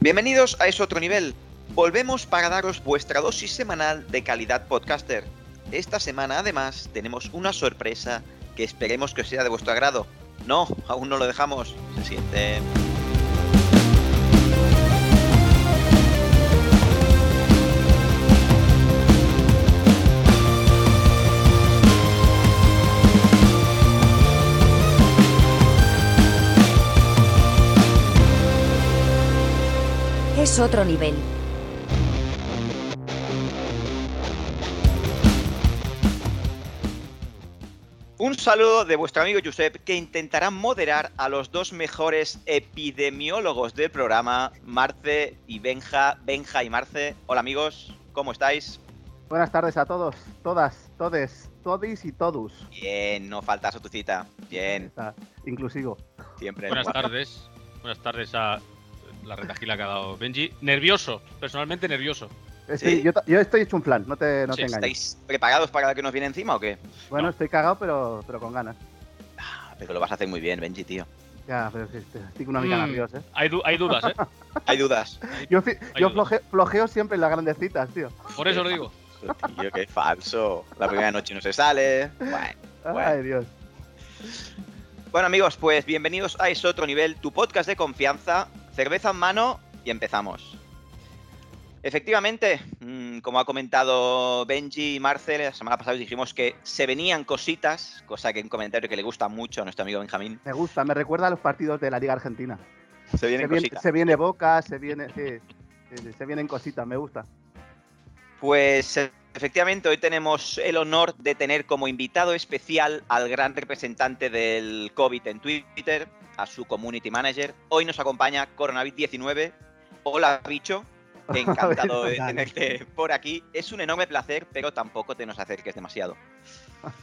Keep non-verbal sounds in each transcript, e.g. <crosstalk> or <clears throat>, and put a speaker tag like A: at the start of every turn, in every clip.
A: Bienvenidos a Es Otro Nivel. Volvemos para daros vuestra dosis semanal de calidad podcaster. Esta semana además tenemos una sorpresa que esperemos que sea de vuestro agrado. No, aún no lo dejamos. Se siente...
B: Es otro nivel.
A: Un saludo de vuestro amigo Josep que intentará moderar a los dos mejores epidemiólogos del programa, Marce y Benja. Benja y Marce, hola amigos, ¿cómo estáis?
C: Buenas tardes a todos, todas, todes, todis y todus.
A: Bien, no faltas a tu cita. Bien,
C: Está inclusivo.
A: siempre.
D: Buenas tardes. Buenas tardes a la retajila que ha dado Benji. Nervioso, personalmente nervioso.
C: Estoy-
A: Sí.
C: yo, ta- yo estoy hecho un plan, no te, no
D: Sí,
C: te engañes.
A: ¿Estáis preparados para lo que nos viene encima o qué?
C: Bueno,
D: no.
C: estoy cagado, pero, pero con ganas.
A: Ah, Pero lo vas a hacer muy bien, Benji, tío.
C: Ya, pero es que estoy estoy con una mica
D: Mm.
C: nerviosa, ¿eh?
D: Hay, du- hay dudas, ¿eh?
A: <laughs> Hay dudas.
C: Yo, fi- yo
D: Ayuda.
C: floje- flojeo siempre en las grandes citas, tío.
D: Por eso lo
E: <laughs>
D: digo.
A: Tío, qué falso. La primera noche no se sale. Bueno.
C: Ay,
A: Bueno.
C: Dios.
A: Bueno, amigos, pues bienvenidos a Es Otro Nivel, tu podcast de confianza, cerveza en mano y empezamos. Efectivamente, mm, como ha comentado Benji y Marce, la semana pasada dijimos que se venían cositas, cosa que un comentario que le gusta mucho a nuestro amigo Benjamín.
C: Me gusta, me recuerda a los partidos de la Liga Argentina.
A: Se
C: Se
A: vienen
C: viene,
A: cositas.
C: se viene Boca, se viene... sí, sí, sí, se vienen cositas, me gusta.
A: Pues eh, efectivamente, hoy tenemos el honor de tener como invitado especial al gran representante del COVID en Twitter, a su community manager. Hoy nos acompaña Coronavirus19. Hola, bicho. Encantado de
E: <laughs> Hola.
A: tenerte por aquí. Es un enorme placer, pero tampoco te nos acerques demasiado.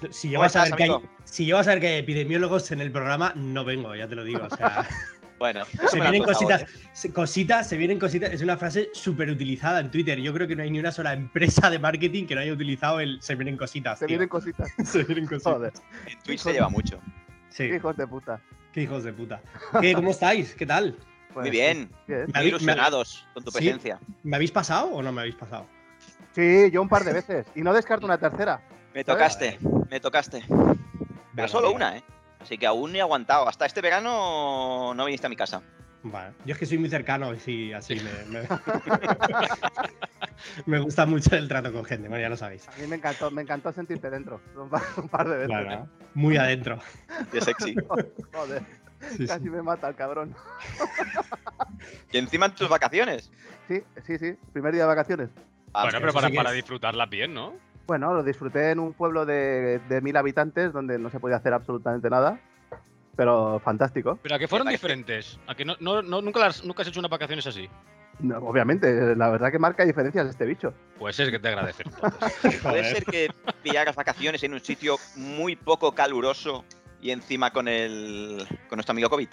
E: Si
A: ¿Cómo
E: llevas a
A: estás,
E: ver que hay,
A: amigo?
E: si llego a saber que hay epidemiólogos en el programa, no vengo, ya te lo digo. O sea,
A: <laughs> Bueno,
E: se vienen cositas,
A: ¿eh?
E: se- cositas, se vienen cositas. Es una frase súper utilizada en Twitter. Yo creo que no hay ni una sola empresa de marketing que no haya utilizado el se vienen cositas.
C: Se
E: tío.
C: vienen cositas.
E: <laughs> Se vienen cositas.
C: Joder,
A: En Twitch se lleva mucho.
E: Sí,
C: <laughs> hijos de puta.
E: qué hijos de puta. ¿Qué, ¿Cómo estáis? ¿Qué tal?
C: Pues,
A: Muy bien,
C: sí,
A: muy
C: ¿eh?
E: habéis- me-
A: ilusionados con tu
E: Sí.
A: presencia.
E: ¿Me habéis pasado o no me habéis pasado?
C: Sí, yo un par de veces. Y no descarto una tercera.
A: Me tocaste, me tocaste. Pero
E: Vale,
A: solo
E: vale.
A: una, ¿eh? Así que aún he aguantado. Hasta este verano no viniste a mi casa.
E: Vale. Yo es que soy muy cercano y sí, así me, me- <laughs> me gusta mucho el trato con gente. Bueno, ya lo sabéis.
C: A mí me encantó, me encantó sentirte dentro. <laughs> Un par, un par de veces.
E: Claro, muy adentro.
A: Qué sexy.
C: Joder,
E: Sí, sí.
C: casi me mata el cabrón.
A: Y encima en tus vacaciones.
C: Sí, sí, sí. Primer día de vacaciones.
A: Ah,
D: bueno,
A: sí.
D: pero
E: eso
D: para,
E: sí que
D: para
E: es.
D: disfrutarlas bien, ¿no?
C: Bueno, lo disfruté en un pueblo de, de mil habitantes donde no se podía hacer absolutamente nada. Pero fantástico.
D: Pero a que fueron
A: parece.
D: diferentes. A que no, no- no- nunca, las- nunca has hecho unas vacaciones así.
C: No, obviamente, la verdad que marca diferencias este bicho.
D: Pues es que te
E: <laughs>
D: agradecer. entonces.
A: Puede
E: Joder.
A: ser que pillaras vacaciones en un sitio muy poco caluroso y encima con el con nuestro amigo COVID.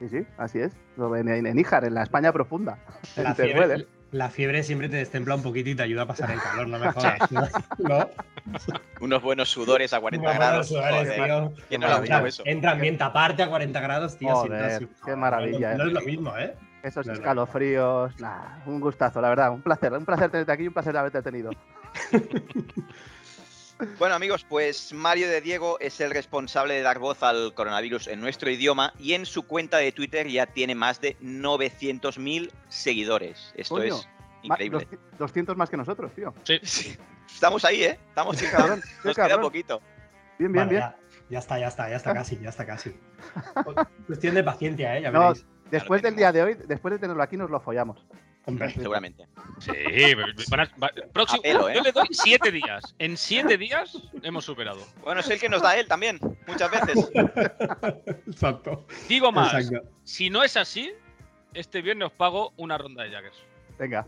C: Sí, sí, así es. Lo ven En, en Níjar, en la España
E: <laughs>
C: profunda.
E: La
C: En Teruel, ¿eh?
E: fiebre, la fiebre siempre te destempla un poquito y te ayuda a pasar el
C: <laughs>
E: calor, no me jodas. ¿no? ¿No?
A: Unos buenos sudores a 40
E: Bueno,
A: grados.
E: Suárez,
A: joder.
E: tío.
A: ¿Quién no lo ha
E: Entra-
A: visto eso?
E: Entra ambiente aparte a 40 grados, tío. sin
C: Joder,
E: nada, sin-
C: qué maravilla,
E: No, no
C: eh.
E: es lo mismo, ¿eh?
C: Esos
E: No, no.
C: escalofríos. nah, un gustazo, la verdad. Un placer. Un placer tenerte aquí y un placer haberte tenido.
A: Bueno, amigos, pues Mario de Diego es el responsable de dar voz al coronavirus en nuestro idioma y en su cuenta de Twitter ya tiene más de 900.000 seguidores. Esto
C: Coño,
A: es
C: Ma-
A: increíble.
C: 200 más que nosotros, tío.
D: Sí.
A: Sí. Estamos ahí, ¿eh? Estamos
C: Qué
A: cerca.
C: cabrón, qué
A: <laughs> Nos queda
C: cabrón.
A: poquito.
C: Bien, bien,
E: Vale,
C: bien.
E: Ya, ya está, ya está, ya está casi, ya está casi. Cuestión de paciencia, ¿eh? Ya
C: No,
E: veréis.
C: Después del día de hoy, después de tenerlo aquí, nos lo follamos.
E: Hombre.
A: Seguramente.
D: Sí, van a- va- próximo.
A: Apelo, ¿eh?
D: Yo le doy siete días. En siete días hemos superado.
A: Bueno, es el que nos da él también, muchas veces.
E: Exacto.
D: Digo más,
E: Exacto.
D: si no es así, este viernes os pago una ronda de Jaggers.
C: Venga.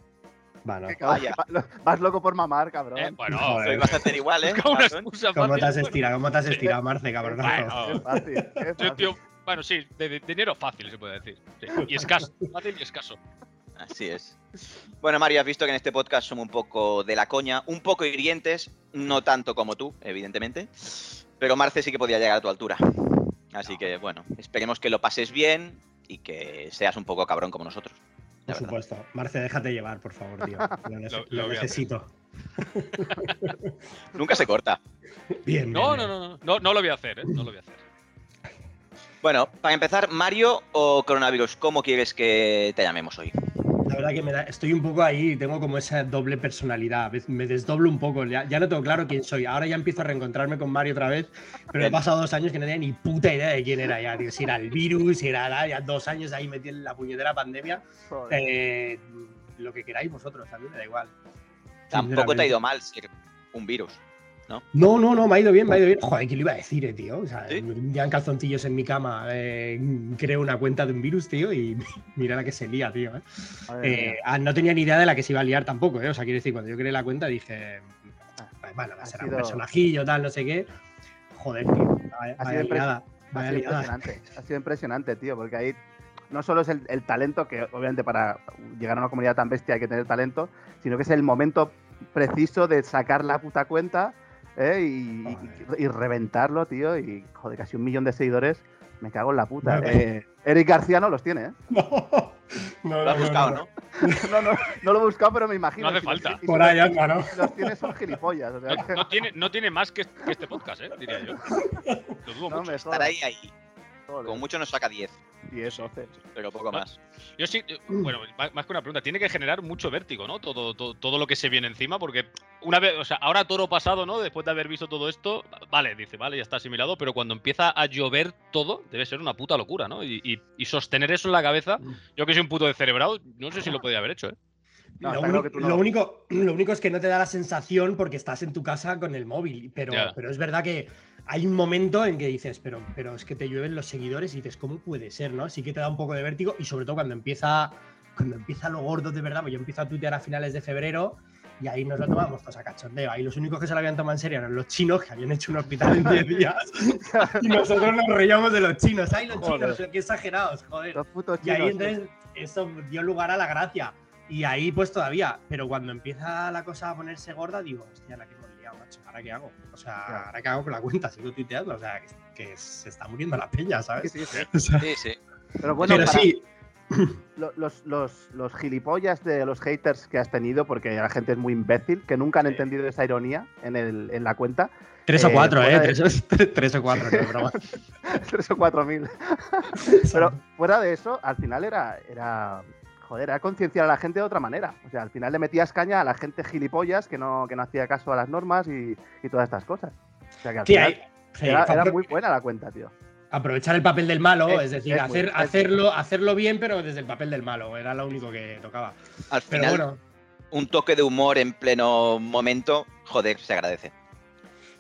E: Bueno,
C: Qué cabrón,
A: Vaya.
C: va- lo- Vas loco por mamar, cabrón.
D: Eh, bueno,
E: Joder.
A: Lo ibas a hacer igual,
F: <laughs>
A: ¿eh?
D: busca una
A: Gastón?
D: excusa
E: ¿cómo
D: fácil.
E: te has estirado? ¿Cómo te has estirado, Marce, cabronazo?
C: Qué
D: Bueno,
C: fácil, qué
D: yo,
C: fácil.
D: tío, bueno, sí, de, de dinero fácil se puede decir. Sí, Y escaso, fácil y escaso.
A: Así es. Bueno, Mario, has visto que en este podcast somos un poco de la coña, un poco hirientes, no tanto como tú, evidentemente. Pero Marce sí que podía llegar a tu altura. Así que, bueno, esperemos que lo pases bien y que seas un poco cabrón como nosotros. la
E: Por
A: verdad.
E: supuesto. Marce, déjate llevar, por favor, tío. Lo, nece-
D: Lo-
E: lo
D: lo voy a
E: necesito.
A: Nunca se corta.
E: Bien.
D: No, no,
E: bien,
D: no,
E: bien.
D: no, no, no lo voy a hacer, ¿eh? No lo voy a hacer.
A: Bueno, para empezar, Mario o coronavirus, ¿cómo quieres que te llamemos hoy?
E: La verdad que me da- estoy un poco ahí, tengo como esa doble personalidad. a veces Me desdoblo un poco, ya, ya no tengo claro quién soy. Ahora ya empiezo a reencontrarme con Mario otra vez, pero he
A: Bien.
E: pasado dos años que no tenía ni puta idea de quién era ya, tío. Si era el virus, si era la, ya dos años ahí metí en la puñetera pandemia.
C: Joder.
E: Eh, lo que queráis vosotros, a mí me da igual.
A: Tampoco te
E: Sinceramente.
A: ha ido mal ser un virus.
E: No, no, no, me ha ido bien, me ha ido bien. Joder, ¿qué le iba a decir, eh, tío? O sea,
A: ¿Sí?
E: un día en calzoncillos en mi cama, eh, creo una cuenta de un virus, tío, y <laughs> mira la que se lía, tío. eh.
C: Madre
E: Eh,
C: mía.
E: ah, no tenía ni idea de la que se iba a liar tampoco, ¿eh? O sea, quiero decir, cuando yo creé la cuenta dije, pues, bueno, va a
C: Ha
E: ser un
C: sido-
E: personajillo, tal, no sé qué. Joder, tío, vaya,
C: Ha
E: vaya
C: sido impres-
E: liada,
C: Ha
E: vaya
C: sido
E: liada.
C: impresionante, ha sido impresionante, tío, porque ahí no solo es el, el talento, que obviamente para llegar a una comunidad tan bestia hay que tener talento, sino que es el momento preciso de sacar la puta cuenta ¿eh? y, y- y reventarlo, tío, y joder, casi un millón de seguidores, me cago en la puta.
E: Bueno.
C: Eh, Eric García no los tiene, ¿eh? <laughs>
E: <laughs> No, no,
A: Lo has buscado, ¿no?
C: No, no, no lo he buscado, pero me imagino.
D: No hace
C: Si los-
D: falta.
C: si
E: Por
C: los-
E: ahí anda, ¿no?
C: si <laughs> Los tiene son gilipollas, o sea
D: No,
C: que- <laughs>
D: no tiene, no tiene más que, que este podcast, ¿eh? Diría yo. Lo dudo
C: no
D: mucho.
C: me
A: Estar
C: jodas,
A: ahí, ahí.
C: joder.
A: Como mucho nos saca 10,
C: 10, 12.
A: pero poco más.
D: Yo sí, eh, bueno, más más que una pregunta, tiene que generar mucho vértigo, ¿no? Todo, todo, todo lo que se viene encima, porque una vez, o sea, ahora toro pasado, ¿no? Después de haber visto todo esto, vale, dice, vale, ya está asimilado, pero cuando empieza a llover todo, debe ser una puta locura, ¿no? Y, y- y sostener eso en la cabeza, yo que soy un puto descerebrado, no sé si lo podría haber hecho, ¿eh?
C: No,
E: lo,
C: está claro
E: uni-
C: que tú no.
E: lo único, <clears throat> lo único es que no te da la sensación porque estás en tu casa con el móvil, pero,
D: Ya.
E: pero es verdad que hay un momento en que dices, pero, pero es que te llueven los seguidores y dices, ¿cómo puede ser? ¿no? Sí que te da un poco de vértigo y sobre todo cuando empieza, cuando empieza lo gordo de verdad, pues yo empiezo a tuitear a finales de febrero y ahí nos lo tomamos todos a cachondeo. Ahí los únicos que se lo habían tomado en serio eran los chinos que habían hecho un hospital en 10
C: <laughs>
E: días y nosotros nos reíamos de los chinos. ¡Ay, los
C: Joder.
E: chinos! ¡Qué exagerados! Joder.
C: Los putos
E: Y ahí
C: chinos,
E: entonces eso dio lugar a la gracia. Y ahí pues todavía, pero cuando empieza la cosa a ponerse gorda, digo, hostia, la que hemos liado, macho, ¿ahora qué hago? O sea,
C: Claro.
E: ¿ahora qué hago con la cuenta? Sigo tuiteando, o sea, que, que se está muriendo la peña,
C: Sí,
E: ¿sabes?
C: sí, sí.
E: O sea,
A: Sí, sí.
C: Pero <laughs> bueno,
E: pero
C: para-
E: sí,
C: lo- los, los, los gilipollas de los haters que has tenido, porque la gente es muy imbécil, que nunca han
E: Sí.
C: entendido esa ironía en, el, en la cuenta, <laughs>
E: tres
C: Eh,
E: o cuatro,
C: fuera
E: ¿eh?
C: de-
E: Tres, o- <laughs> tres- tres o cuatro, no, broma.
C: tres o cuatro mil. <laughs> Pero fuera de eso, al final era, era, joder, era concienciar a la gente de otra manera. O sea, al final le metías caña a la gente gilipollas que no, que no hacía caso a las normas y, y todas estas cosas. O sea, que al
E: Sí,
C: final
E: ahí- sí,
C: era,
E: fue
C: era
E: apro-
C: muy Eh, buena la cuenta, tío.
E: aprovechar el papel del malo,
C: Es-
E: es decir,
C: es muy-
E: hacer,
C: es-
E: hacerlo, hacerlo bien, pero desde el papel del malo, era lo único que tocaba.
A: Al
E: Pero
A: final,
E: bueno.
A: un toque de humor en pleno momento, joder, se agradece.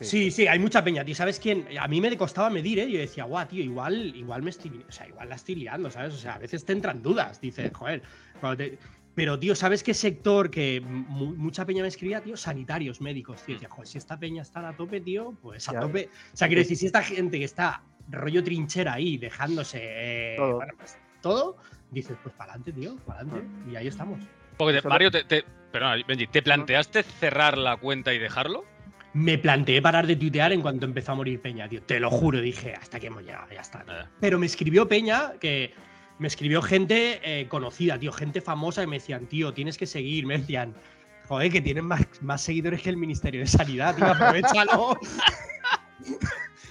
E: Sí, sí, hay mucha peña, tío. ¿Sabes quién? A mí me costaba medir, ¿eh? Yo decía, guau, tío, igual, igual me estoy. O sea, igual la estoy liando, ¿sabes? O sea, a veces te entran dudas, dices, joder. cuando te- Pero, tío, ¿sabes qué sector que mu- mucha peña me escribía, tío? Sanitarios, médicos, tío. Decía, joder, si esta peña está a tope, tío, pues a
C: Ya.
E: tope. O sea, quiero decir, si esta gente que está rollo trinchera ahí, dejándose. eh,
C: Todo.
E: Bueno, pues todo, dices, pues para adelante, tío, para adelante.
C: Ah.
E: Y ahí estamos.
D: Porque,
C: Eso
D: te-
C: no-
D: Mario, te, te- perdona, Benji, ¿te planteaste cerrar la cuenta y dejarlo?
E: Me planteé parar de tuitear en cuanto empezó a morir Peña, tío. Te lo juro, dije, hasta que hemos llegado, ya está. tío".
D: Ah.
E: Pero me escribió Peña que. Me escribió gente eh, conocida, tío, gente famosa que me decían, tío, tienes que seguir. Me decían, joder, que tienen más, más seguidores que el Ministerio de Sanidad, tío, aprovechalo. <laughs>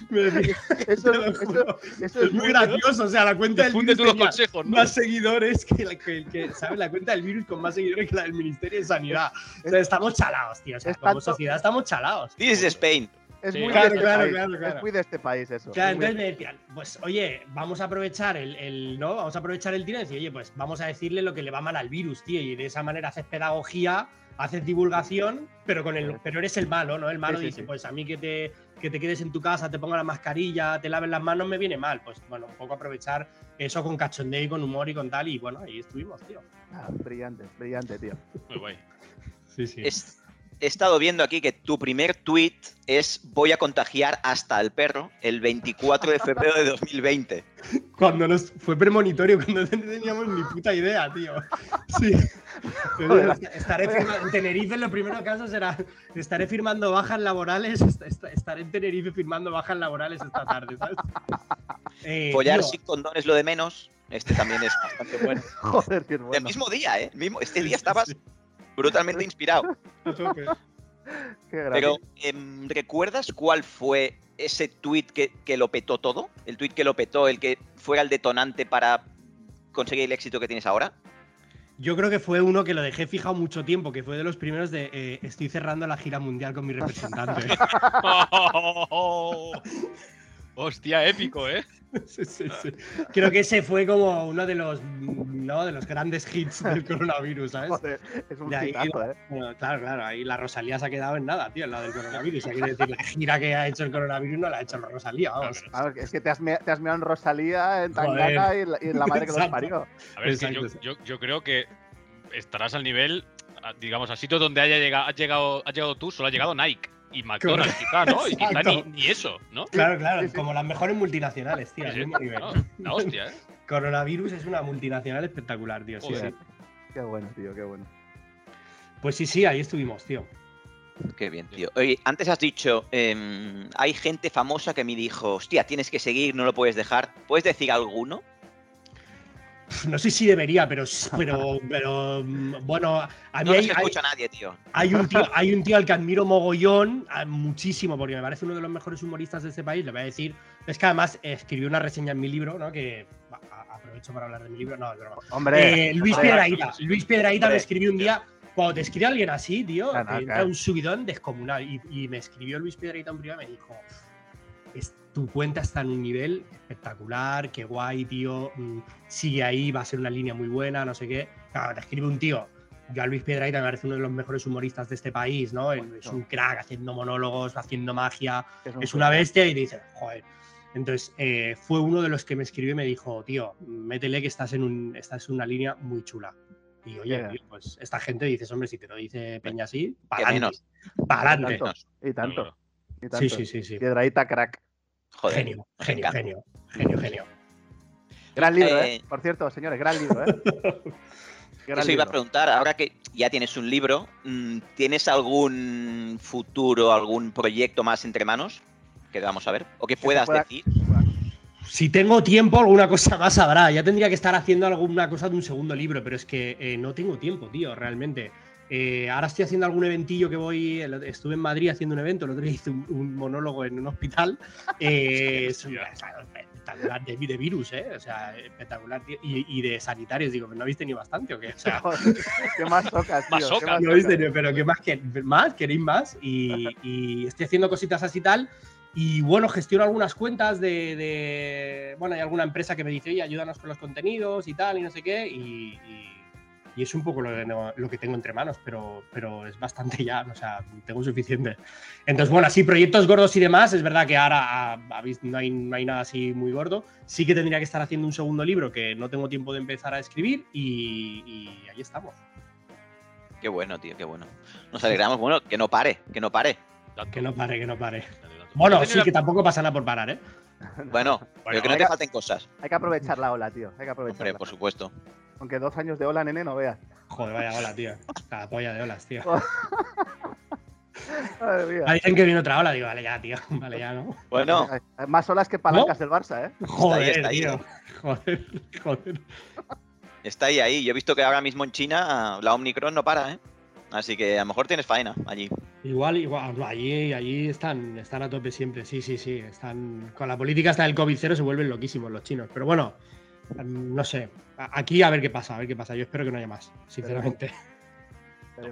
E: me decían,
C: Eso,
E: te lo
C: eso-
E: juro,
C: eso
E: es muy gracioso, o sea, la cuenta del
D: Difunde tú los
E: Peña,
D: consejos, ¿no?
E: más seguidores que la que, que- ¿sabes? La cuenta del virus con más seguidores que la del Ministerio de Sanidad. O sea, estamos chalados, tío. O sea,
C: Es
E: como
C: tanto-
E: sociedad estamos chalados.
A: This is Spain.
C: es
D: Sí,
C: muy
D: claro,
C: de este
E: claro,
C: país.
E: claro, claro.
C: Es muy de este país eso.
E: Claro,
C: Es muy-
E: entonces me decían, pues oye, vamos a aprovechar el, el- no, vamos a aprovechar el tiro y decir, oye, pues vamos a decirle lo que le va mal al virus, tío, y de esa manera haces pedagogía, haces divulgación, pero con el, pero eres el malo, ¿no? El malo
C: Sí, sí,
E: dice,
C: sí.
E: pues a mí que te, que te quedes en tu casa, te ponga la mascarilla, te laves las manos, me viene mal, pues bueno, un poco aprovechar eso con cachondeo y con humor y con tal, y bueno, ahí estuvimos, tío.
C: Ah, brillante, brillante, tío. <laughs>
D: Muy guay.
E: Sí, sí.
A: Es- he estado viendo aquí que tu primer tweet es voy a contagiar hasta el perro el 24 de febrero de 2020.
E: Cuando nos fue premonitorio, cuando <laughs> no teníamos ni puta idea, tío. Sí.
C: Joder.
E: estaré firma- en Tenerife lo primero que hago será estaré firmando bajas laborales, est- est- estaré en Tenerife firmando bajas laborales esta tarde, ¿sabes? Eh,
A: Follar
E: tío,
A: sin condón es lo de menos. Este también es bastante bueno.
C: Joder, qué bueno.
A: El mismo día, ¿eh? El mismo, este día estabas brutalmente inspirado.
C: Qué
A: Pero,
C: gracioso.
A: em, ¿recuerdas cuál fue ese tweet que, que lo petó todo? El tweet que lo petó, el que fuera el detonante para conseguir el éxito que tienes ahora.
E: Yo creo que fue uno que lo dejé fijado mucho tiempo, que fue de los primeros de eh, estoy cerrando la gira mundial con mi representante.
D: <laughs> Hostia, épico, ¿eh?
E: Sí, sí, sí. Creo que ese fue como uno de los, mm, ¿no? de los grandes hits del coronavirus, ¿sabes?
C: Joder, es un
E: De ahí
C: hitazo, ¿eh?
E: Bueno, claro, claro, ahí la Rosalía se ha quedado en nada, tío, en la del coronavirus. O sea, quiere decir, la gira que ha hecho el coronavirus no la ha hecho la Rosalía, vamos.
C: A ver, es que te has, me- te has meado en Rosalía, en Tangana y, en la- y en la madre que los
E: Exacto.
C: parió.
D: A ver, es que
E: Exacto.
D: yo, yo- yo creo que estarás al nivel, a- digamos, a sitios donde haya llegado, has llegado, has llegado tú, solo ha llegado Nike y McDonald's, quizá, ¿no? Y quizá ni,
E: Exacto.
D: ni eso, ¿no?
E: Claro, claro,
C: sí, sí.
E: como las mejores multinacionales, tío, al mismo nivel.
D: No, la hostia, ¿eh?
E: Coronavirus es una multinacional espectacular, tío. sí,
D: Joder.
E: sí.
C: Qué bueno, tío, qué bueno.
E: Pues sí, sí, ahí estuvimos, tío. <laughs>
A: Qué bien, tío. Oye, antes has dicho, em, hay gente famosa que me dijo, hostia, tienes que seguir, no lo puedes dejar. ¿Puedes decir alguno?
E: Pff, No sé si debería, pero, pero, pero mm, bueno, a mí
A: No
E: hay-
A: les
E: hay-
A: escucho a nadie, tío.
E: Hay un, tío, hay un tío al que admiro mogollón, a- muchísimo, porque me parece uno de los mejores humoristas de este país. Le voy a decir, es que además escribió una reseña en mi libro, ¿no? Que a- a- aprovecho para hablar de mi libro, no, es broma.
C: Hombre,
E: Eh, Luis
C: hombre,
E: Piedraíta, Luis Piedraíta
A: Hombre.
E: me escribió un día, cuando te escribe alguien así, tío,
C: Claro,
E: te entra
C: Ah, claro.
E: un subidón descomunal. Y, y me escribió Luis Piedraíta un privado y me dijo, "Es- tu cuenta está en un nivel espectacular, qué guay, tío, mm, sigue ahí, va a ser una línea muy buena, no sé qué. Claro, te escribe un tío. Yo a Luis Piedraíta me parece uno de los mejores humoristas de este país, ¿no? Él Es un crack haciendo monólogos, haciendo magia,
C: un
E: es una bestia y dice, joder. Entonces, eh, fue uno de los que me escribió y me dijo, tío, métele que estás en, un, estás en una línea muy chula. Y oye,
C: Mira.
E: tío, pues esta gente dices, hombre, si te lo dice Peña así,
A: Que
E: para
A: menos.
E: adelante. Para adelante.
C: Tanto, Y tanto,
D: Claro.
C: y tanto.
E: Sí, sí, sí, sí.
C: Piedraíta, crack.
A: Joder.
E: Genio, genio,
A: encanta.
E: genio, genio, genio.
A: <laughs>
C: Gran libro, ¿eh?
A: Eh,
C: Por cierto, señores, gran libro,
A: <laughs>
C: ¿eh? Gran
A: Eso iba a
C: libro.
A: preguntar, ahora que ya tienes un libro, mm, ¿tienes algún futuro, algún proyecto más entre manos? Que vamos a ver, o que puedas
C: pueda-
A: decir.
E: Si tengo tiempo, alguna cosa más habrá. Ya tendría que estar haciendo alguna cosa de un segundo libro, pero es que eh, no tengo tiempo, tío, realmente. Eh, ahora estoy haciendo algún eventillo que voy. el- Estuve en Madrid haciendo un evento, el otro día hice un, un monólogo en un hospital. Eh, es un- espectacular de, de virus, ¿eh? O sea, espectacular, tío. Y, y de sanitarios, digo, ¿no habéis tenido bastante o qué? O
C: <laughs>
E: sea,
C: Joder, ¿Qué más tocas, tío?
D: Más
C: ¿Qué
D: tocas.
E: <laughs> no habéis tenido, pero ¿qué más, que, más? ¿Queréis más? Y, y estoy haciendo cositas así tal. Y bueno, gestiono algunas cuentas de, de- Bueno, hay alguna empresa que me dice, oye, ayúdanos con los contenidos y tal, y no sé qué. Y, y- y es un poco lo, de- lo que tengo entre manos, pero, pero es bastante ya, o sea, tengo suficiente. Entonces, bueno, así proyectos gordos y demás, es verdad que ahora ah, habéis- no, hay, no hay nada así muy gordo. Sí que tendría que estar haciendo un segundo libro que no tengo tiempo de empezar a escribir y- y ahí estamos.
A: Qué bueno, tío, qué bueno. Nos alegramos, bueno, que no pare, que no pare.
D: Tanto.
E: Que no pare, que no pare.
D: Tanto.
E: Bueno,
D: Yo
E: sí,
D: tenía
E: que
D: una-
E: tampoco pasa nada por parar, ¿eh?
A: Bueno, pero que no te
C: venga.
A: falten cosas,
C: Hay que aprovechar la ola, tío. Hay que
A: hombre,
C: aprovecharla.
A: por supuesto.
C: Aunque dos años de ola, nene, no veas.
E: Joder, vaya ola,
D: <laughs>
E: tío. La polla de olas, tío.
C: Madre mía.
E: Ah, Dicen que viene otra ola, digo, vale, ya, tío. <laughs> Vale, ya, ¿no?
A: Bueno,
C: Hay Más olas que palancas del Barça, ¿eh?
E: Joder,
A: está ahí.
E: tío. <laughs> Joder, joder.
A: está ahí, ahí. Yo he visto que ahora mismo en China la Omicron no para, ¿eh? Así que a lo mejor tienes faena allí.
E: Igual, igual, no, allí, allí están, están a tope siempre, sí, sí, sí. Están. Con la política hasta del COVID cero se vuelven loquísimos los chinos. Pero bueno, mm, no sé. A- Aquí a ver qué pasa, a ver qué pasa. Yo espero que no haya más, sinceramente.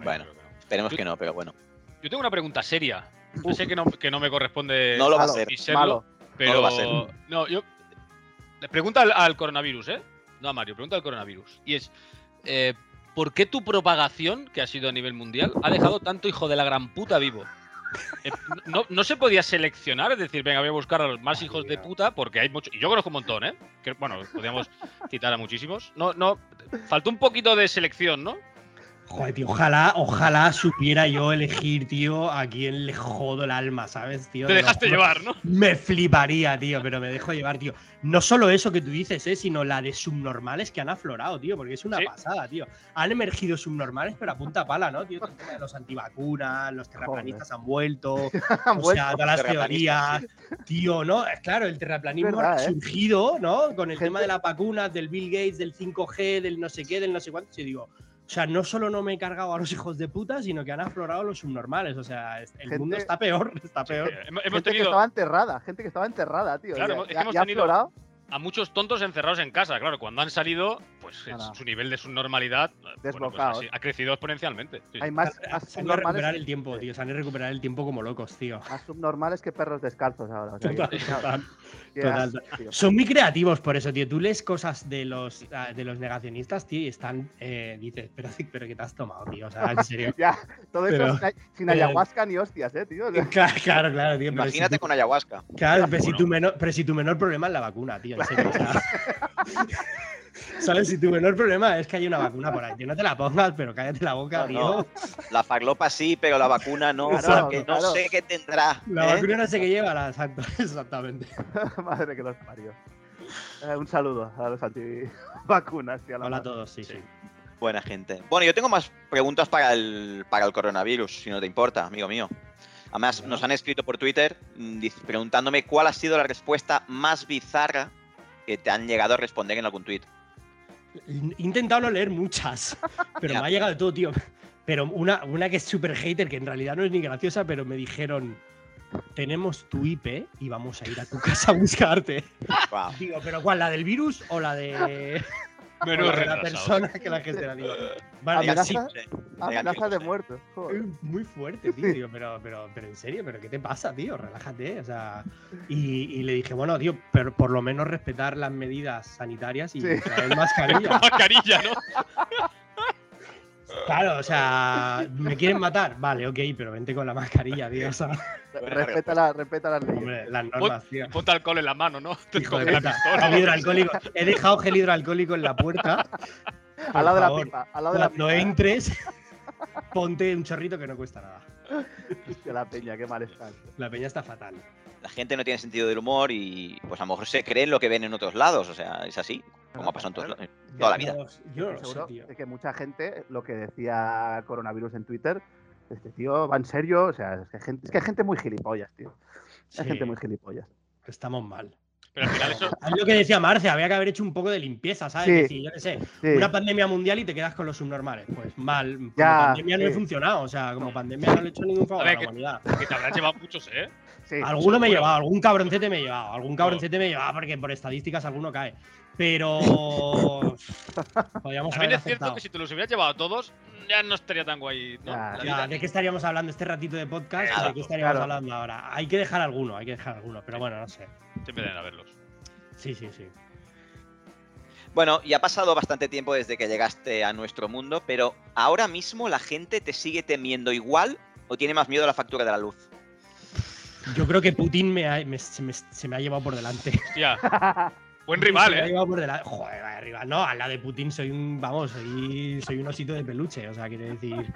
A: Bueno, esperemos
D: Yo-
A: que no, pero bueno.
D: Yo tengo una pregunta seria. Yo sé que no, que no me corresponde
A: No lo va a
C: Malo,
A: hacer.
D: decirlo,
C: Malo.
D: pero
A: lo va a hacer.
D: no, yo le pregunta al, al coronavirus, ¿eh? No a Mario, pregunta al coronavirus. Y es eh, ¿por qué tu propagación, que ha sido a nivel mundial, ha dejado tanto hijo de la gran puta vivo? Eh, no, no se podía seleccionar, es decir, venga, voy a buscar a los más hijos de puta, porque hay muchos. Y yo conozco un montón, ¿eh? Que, bueno, podríamos citar a muchísimos. No, no, faltó un poquito de selección, ¿no?
E: Joder, tío, ojalá, ojalá supiera yo elegir, tío, a quién le jodo el alma, ¿sabes, tío?
D: Te
E: lo
D: dejaste
E: juro.
D: llevar, ¿no?
E: Me fliparía, tío, pero me dejo llevar, tío. No solo eso que tú dices, eh, sino la de subnormales que han aflorado, tío, porque es una
D: Sí.
E: pasada, tío. Han emergido subnormales, pero a punta pala, ¿no, tío? Todo el tema de Los antivacunas, los terraplanistas
C: <laughs>
E: han vuelto,
C: <laughs> Han
E: o
C: vuelto.
E: sea, todas las
A: terraplanistas,
E: teorías, tío, ¿no? Eh, Claro, el terraplanismo
C: Es verdad,
E: ha
C: ¿eh?
E: surgido, ¿no? Con el
C: Gente-
E: tema de las vacunas, del Bill Gates, del 5G, del no sé qué, del no sé cuánto. Yo digo, o sea, no solo no me he cargado a los hijos de puta, sino que han aflorado los subnormales. O sea, es- el
C: Gente-
E: mundo está peor, <laughs> está peor.
D: Hemos, hemos
C: gente que
D: tenido
C: estaba enterrada, gente que estaba enterrada, tío.
D: Claro,
C: y-
D: hemos-
C: y-
D: es que hemos
C: y ha
D: tenido-
C: aflorado.
D: a muchos tontos encerrados en casa, claro. Cuando han salido, pues es-
C: Nada.
D: su nivel de subnormalidad eh, bueno, pues,
C: Desbocados.
D: así, ha crecido exponencialmente. sí.
C: Hay más, más
E: Se han ido a recuperar
C: subnormales,
E: el tiempo, tío. Se han ido a recuperar el tiempo como locos, tío.
C: más subnormales que perros descalzos ahora. o sea, que-
E: Total, total.
C: que
E: total.
C: asco, tío.
E: Son muy creativos por eso, tío. Tú lees cosas de los, ah, de los negacionistas, tío, y están. eh, dices, pero, pero ¿qué te has tomado, tío? O sea, en
A: <laughs>
E: serio.
C: Ya, todo
E: Pero-
C: eso sin, ay- sin
E: pero-
C: ayahuasca ni hostias, eh, tío. <laughs>
E: Claro, claro, claro, tío. pero si
A: Imagínate
E: tú-
A: con ayahuasca.
E: Claro, pero si,
D: Bueno.
E: tu menor, pero si tu menor problema es la vacuna, tío, en serio. o sea. <laughs> ¿Sabes? Si tu menor problema es que hay una vacuna por ahí, tío, no te la pongas, pero cállate la boca,
A: No,
E: tío.
A: no. La farlopa sí, pero la vacuna no.
E: Claro,
A: porque
C: claro.
A: no sé qué tendrá.
E: La
A: ¿eh?
E: vacuna no sé qué lleva, la- exacto, <laughs> exactamente.
C: Madre que los parió. Eh, un saludo a los antivacunas, tío. a la
E: Hola a
C: madre.
E: todos, sí, sí.
A: Buena gente. Bueno, yo tengo más preguntas para el, para el coronavirus, si no te importa, amigo mío. Además,
E: Venga.
A: nos han escrito por Twitter mm, dic- preguntándome cuál ha sido la respuesta más bizarra que te han llegado a responder en algún tuit.
E: He intentado no leer muchas,
C: <laughs>
E: pero
A: Ya.
E: me ha llegado de todo, tío. Pero una, una que es súper hater, que en realidad no es ni graciosa, pero me dijeron, tenemos tu IP y vamos a ir a tu casa a
C: <laughs>
E: buscarte.
A: Guau.
E: Digo, ¿pero cuál? ¿La del virus o la de, o
D: Menudo
E: la, de la
D: retrasado.
E: persona que la gestiona? Digo, vale,
A: Era
C: Amenaza-
E: sí,
A: simple, era
C: Amenaza de
A: simple.
C: muerto. joder.
E: muy fuerte, tío, digo, pero, pero, pero en serio, pero ¿qué te pasa, tío? Relájate, o sea. Y, y le dije, bueno, tío, pero por lo menos respetar las medidas sanitarias y
C: Sí. <laughs>
E: traer mascarilla.
D: Mascarilla, ¿no?
E: claro, o sea, ¿me quieren matar? Vale, ok, pero vente con la mascarilla, tío, o sea,
C: Respeta, la, respeta las leyes.
E: pues. hombre, las normas, tío.
D: Ponte alcohol en la mano, ¿no? Te
E: Hijo de
D: coge la
E: puta,
D: pistola.
E: gel hidroalcohólico. He dejado gel hidroalcohólico en la puerta. Por
C: Al lado de la
E: favor,
C: pipa. Al lado de la
E: Cuando
C: pipa.
E: entres, ponte un chorrito que no cuesta nada.
C: Hostia, la peña, qué mal está.
E: La peña está fatal.
A: La gente no tiene sentido del humor y pues a lo mejor se creen lo que ven en otros lados. O sea, es así, como ha pasado en todos lados. Toda la vida.
E: Yo, yo no lo sé,
C: Seguro
E: tío.
C: de que mucha gente, lo que decía coronavirus en Twitter, este tío va en serio, o sea, es que, gente, es que hay gente muy gilipollas, tío. Hay
E: Sí,
C: gente muy gilipollas.
E: Estamos mal.
D: Pero al final eso.
E: Es lo que decía Marce, había que haber hecho un poco de limpieza, ¿sabes?
C: Sí.
E: Decir, yo qué sé,
C: Sí,
E: una pandemia mundial y te quedas con los subnormales. Pues mal, como
C: Ya,
E: pandemia no he
C: sí.
E: funcionado, o sea, como pandemia no le he hecho ningún favor
D: A
E: a,
D: ver,
E: la
D: que-
E: humanidad.
D: Que te habrás llevado muchos, ¿eh?
C: sí.
E: Alguno me he
D: seguro.
E: llevado, algún cabroncete me he llevado, algún cabroncete me he llevado, porque por estadísticas alguno cae.
D: <laughs>
E: Pero. Podríamos
D: También
E: haber
D: es cierto
E: aceptado.
D: que si te los hubieras llevado a todos, ya no estaría tan guay. ¿no?
C: Ya,
D: La vida.
E: Ya, ¿De qué estaríamos hablando este ratito de podcast?
D: Claro,
E: ¿De qué estaríamos
C: claro.
E: hablando ahora? Hay que dejar alguno, hay que dejar alguno, pero bueno, no sé.
D: Siempre deben haberlos.
E: Sí, sí, sí.
A: Bueno, y ha pasado bastante tiempo desde que llegaste a nuestro mundo, pero ahora mismo la gente te sigue temiendo igual o tiene más miedo a la factura de la luz.
E: Yo creo que Putin me ha- me- se, me, se me ha llevado por delante.
C: <laughs>
D: Hostia, buen
E: Se
D: rival,
E: me ha
D: ¿eh?
E: llevado por delante. Joder, vaya rival. No, al lado de Putin soy un, vamos, soy, soy un osito de peluche. O sea, quiere decir,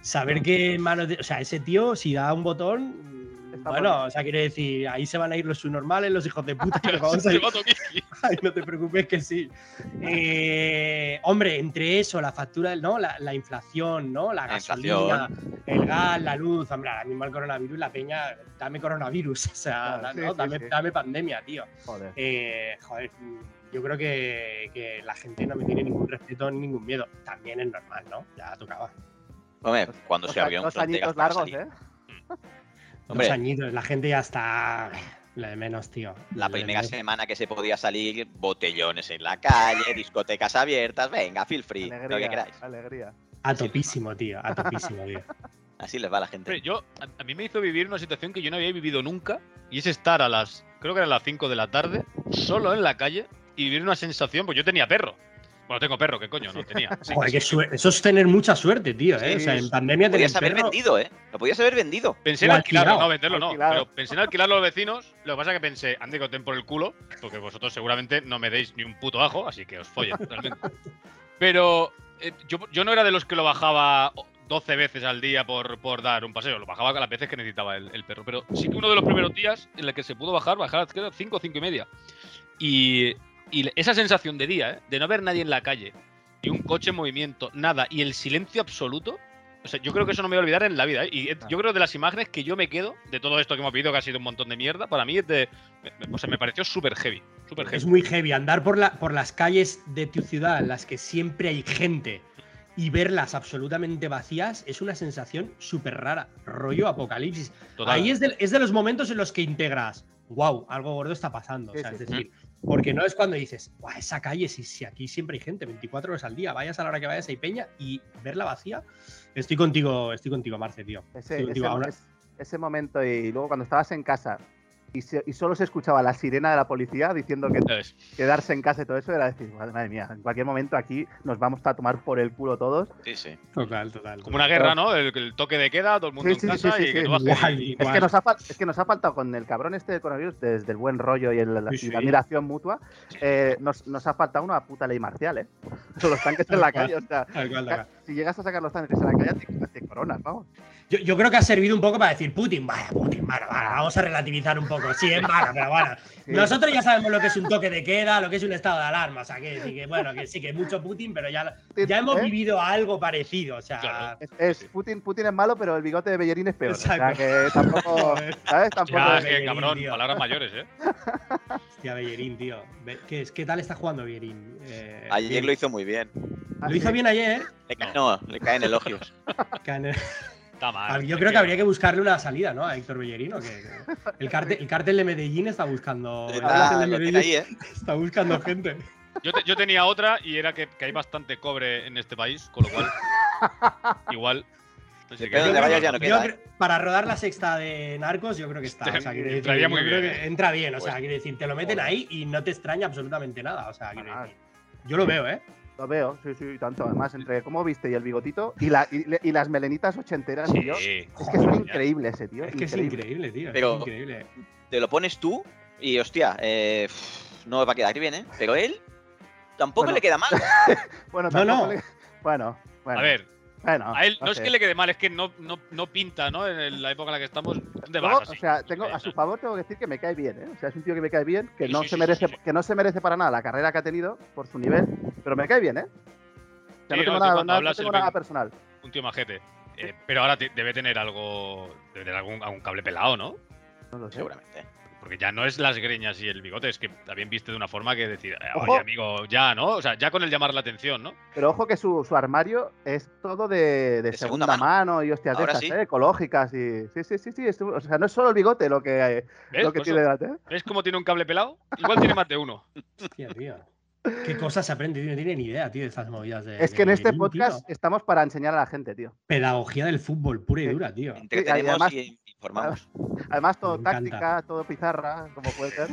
E: saber que manos de- O sea, ese tío, si da un botón.
C: Está
E: bueno,
C: bonito.
E: o sea, quiere decir, ahí se van a ir los subnormales, los hijos de puta, que
D: Pero
E: nos vamos a
D: se
E: ir
D: va a Tokiski.
E: Ay, no te preocupes que sí. Eh, hombre, entre eso, la factura, ¿no? La, la inflación, ¿no? La
A: La
E: gasolina, el gas, la luz, hombre, ahora mismo el coronavirus, la peña, dame coronavirus, <laughs> o sea,
C: Claro,
E: da-
C: sí,
E: ¿no?
C: sí,
E: dame,
C: sí.
E: dame pandemia, tío.
C: Joder.
E: Eh, joder, yo creo que, que la gente no me tiene ningún respeto ni ningún miedo. También es normal, ¿no? Ya tocaba.
A: Hombre, cuando
C: Pues, O
A: se
C: sea,
A: abrió un
C: dos
A: fronteras
C: añitos
A: para
C: largos,
A: salir.
C: ¿eh?
A: Hombre.
E: Dos añitos, la gente ya está... Lo de menos, tío.
A: La
E: Lo de
A: primera
E: menos.
A: semana que se podía salir, botellones en la calle, discotecas abiertas, venga, feel free, lo que
C: Alegría,
A: queráis.
C: alegría.
E: A topísimo, tío. A topísimo, tío.
A: Así les va a la
D: Hombre,
A: gente.
D: yo, a, a mí me hizo vivir una situación que yo no había vivido nunca, y es estar a las, creo que eran las 5 de la tarde, solo en la calle, y vivir una sensación, pues yo tenía perro. Bueno, tengo perro, ¿qué coño? No tenía. Sí,
E: Joder,
D: sí.
E: qué suer- Eso es tener mucha suerte, tío. ¿eh?
C: Sí,
E: o sea, en
C: sí.
E: pandemia
A: Lo
E: tener
A: podías haber
E: perro-
A: vendido, ¿eh? Lo podías haber vendido.
D: Pensé en
E: O
D: alquilarlo,
E: alquilado.
D: no venderlo, no.
C: Alquilado.
D: Pero pensé en alquilarlo a los vecinos. Lo que pasa es que pensé, antes que os den por el culo, porque vosotros seguramente no me deis ni un puto ajo, así que os follen realmente. Pero
F: eh, yo, yo no era de los que lo bajaba 12 veces al día por, por dar un paseo. Lo bajaba las veces que necesitaba el, el perro. Pero sí que uno de los primeros días en el que se pudo bajar, bajar a 5, 5 y media. Y, y esa sensación de día, ¿eh? de no haber nadie en la calle, y un coche en movimiento, nada, y el silencio absoluto. O sea, yo creo que eso no me voy a olvidar en la vida. ¿eh? Y yo creo de las imágenes que yo me quedo de todo esto que hemos vivido, que ha sido un montón de mierda, para mí es de. O sea, me pareció súper heavy, super heavy.
E: Es muy heavy andar por, la, por las calles de tu ciudad en las que siempre hay gente y verlas absolutamente vacías es una sensación súper rara. Rollo apocalipsis. Total. Ahí es de, es de, los momentos en los que integras, wow, algo gordo está pasando. Sí, o sea, sí. es decir, porque no es cuando dices, Buah, esa calle, si, si, aquí siempre hay gente, 24 horas al día, vayas a la hora que vayas, hay peña, y verla vacía. Estoy contigo, estoy contigo, Marce, tío.
C: Ese, ese, contigo ese, ese momento y luego cuando estabas en casa. Y, se, y, solo se escuchaba la sirena de la policía diciendo que quedarse en casa y todo eso era decir, madre mía, en cualquier momento aquí nos vamos a tomar por el culo todos.
F: Sí, sí.
E: Total, total.
F: Como una guerra, ¿no? El, el toque de queda, todo el mundo sí, en sí, casa sí, y que tú
C: igual, y... Es, que nos ha, es que nos ha faltado con el cabrón este de coronavirus, desde el buen rollo y, el, la, y la admiración mutua, eh, nos, nos, ha faltado una puta ley marcial, ¿eh? <laughs> Los tanques en la calle, o sea, cual, si llegas a sacar los tanques en la calle, te, te coronas, vamos.
E: Yo, yo, creo que ha servido un poco para decir, Putin, vale, Putin, vale, vale, vamos a relativizar un poco. Sí, es mala, pero bueno. Nosotros ya sabemos lo que es un toque de queda, lo que es un estado de alarma. O sea, que, que bueno, que sí, que mucho Putin, pero ya, ya hemos vivido algo parecido. O sea, claro.
C: ¿Eh? es, es, Putin, Putin es malo, pero el bigote de Bellerín es peor. Exacto. O sea, que tampoco. ¿Sabes? Tampoco.
F: Ya, es que, Bellerín, cabrón, tío. palabras mayores, ¿eh?
E: Hostia, Bellerín, tío. ¿Qué, es, qué tal está jugando Bellerín? Eh,
A: ayer bien. lo hizo muy bien.
E: Lo hizo bien ayer.
A: Le caen, no. no, le caen elogios. Caen
E: Mal, Yo creo que habría que buscarle una salida, ¿no? A Héctor Bellerino. Que, el, cártel, el cártel de Medellín está buscando. El cártel de Medellín ahí, ¿eh? está buscando gente.
F: Yo, te, yo, tenía otra y era que, que, hay bastante cobre en este país, con lo
E: <laughs>
F: cual. igual.
A: Pues sí, yo, vayas ya no queda,
E: creo, para rodar la sexta de Narcos, yo creo que está. O sea, decir,
F: entraría muy bien.
E: Que entra bien, o sea, pues, quiere decir, te lo meten bueno. ahí y no te extraña absolutamente nada. O sea, decir, yo lo veo, ¿eh?
C: Lo veo, sí, sí, tanto. Además, entre cómo viste y el bigotito y, la, y, y las melenitas ochenteras, sí. tío. Es que es increíble ese, tío.
E: Es que increíble. es increíble, tío. Pero es increíble.
A: te lo pones tú y, hostia, eh, no va a quedar bien, ¿eh? Pero él tampoco bueno. le queda mal.
C: bueno, tampoco no, no. Le... Bueno, bueno.
F: A ver, bueno, a él no, no sé. es que le quede mal, es que no, no, no pinta, ¿no? En la época en la que estamos, de
C: no, O sea, tengo, a su favor tengo que decir que me cae bien, ¿eh? O sea, es un tío que me cae bien, que, sí, no, sí, se merece, sí, que no se merece para nada la carrera que ha tenido por su nivel, pero me cae bien, ¿eh? O sea, no tengo nada, nada, tengo nada personal.
F: Un tío majete. Eh, pero ahora te, debe tener algo, debe tener algún, algún cable pelado, ¿no?
C: No lo sé.
F: Seguramente. Porque ya no es las greñas y el bigote, es que también viste de una forma que decir, "Eh, oye amigo, ya, ¿no? O sea, ya con el llamar la atención, ¿no?
C: Pero ojo que su, su armario es todo de, de, de segunda, segunda mano. mano, y hostias de estas, sí. ¿eh? ecológicas y. Sí, sí, sí, sí. Es, o sea, no es solo el bigote lo que, ¿Ves? Lo que tiene delante. ¿eh?
F: ¿Ves cómo tiene un cable pelado? Igual tiene más
A: <laughs>
F: de uno.
E: Hostia, tío. Qué cosas se aprende, tío. No tiene ni idea, tío, de estas movidas de.
C: Es que en este podcast tío. estamos para enseñar a la gente, tío.
E: Pedagogía del fútbol, pura y dura, tío.
A: Entretenemos además, y informamos.
C: Además, todo táctica, todo pizarra, como puede ser.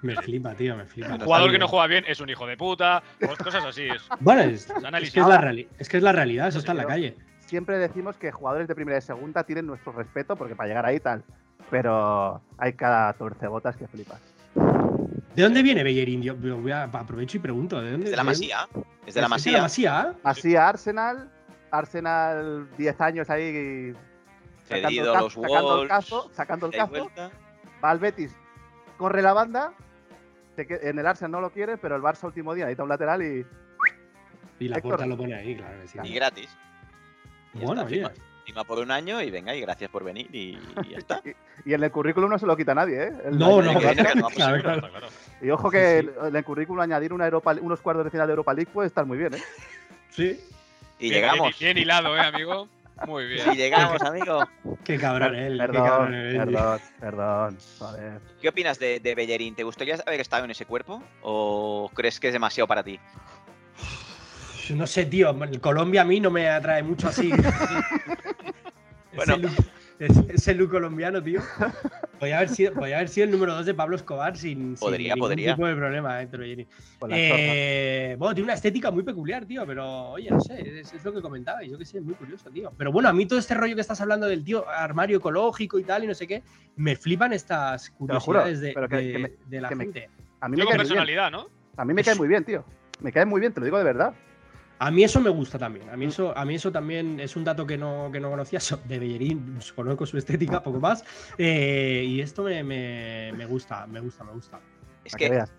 E: Me flipa, tío, me flipa.
F: Un jugador que no juega bien es un hijo de puta, cosas así. Es,
E: bueno, <laughs> es, es, que, es la es que es la realidad, eso sí, está en la calle.
C: Siempre decimos que jugadores de primera y segunda tienen nuestro respeto, porque para llegar ahí tal. Pero hay cada torcebotas que flipas.
E: ¿De dónde viene Bellerín? Yo voy a, aprovecho y pregunto. ¿de dónde
A: es de la Masía. Es de la Masía.
E: ¿Es de la Masía?
C: Masía, Arsenal. Arsenal, 10 años ahí.
A: Sacando el, caso,
C: sacando el caso. Sacando el caso. Va al Betis. Corre la banda. En el Arsenal no lo quiere, pero el Barça último día necesita un lateral y.
E: Y la puerta lo pone ahí, claro. Que sí.
A: Y gratis.
E: Y bueno,
A: bien por un año y venga, y gracias por venir y, y ya está.
C: y, y, en el currículum no se lo quita a nadie, ¿eh? El,
E: no, no, <laughs>
F: Ah, pues
E: claro,
C: Y ojo que sí, sí. en el currículum añadir una Europa, unos cuartos de final de Europa League puede estar muy bien, ¿eh?
E: Sí.
A: Y bien, llegamos.
F: Bien, bien, hilado, ¿eh, amigo? Muy bien.
A: Y llegamos, amigo.
E: qué cabrón él.
C: Perdón,
E: qué cabrón
C: él. perdón, perdón. Joder.
A: ¿Qué opinas de, de Bellerín? ¿Te gustaría haber estado en ese cuerpo o crees que es demasiado para ti?
E: No sé, tío. El Colombia a mí no me atrae
C: <laughs>
E: mucho así. Bueno. Ese, ese look colombiano, tío. Podría haber sido, podía haber sido el número 2 de Pablo Escobar sin,
A: podría,
E: sin ningún
A: podría.
E: tipo de problema, ¿eh? Jenny. Eh, bueno, tiene una estética muy peculiar, tío, pero oye, no sé, es, es lo que comentabais, yo que sé, es muy curioso, tío. Pero bueno, a mí todo este rollo que estás hablando del tío armario ecológico y tal y no sé qué, me flipan estas curiosidades
C: juro, de,
E: que,
C: de, que me,
E: de, la
C: que
E: gente.
F: Me, a mí me cae personalidad, bien.
C: ¿no? A mí me cae muy bien, tío. Me cae muy bien, te lo digo de verdad.
E: A mí eso me gusta también. A mí eso, a mí eso también es un dato que no, que no conocía. So- De Bellerín conozco su estética, poco más. Eh, y esto me, me- me gusta, me gusta, me gusta.
A: Es
C: para que
A: que
C: veas.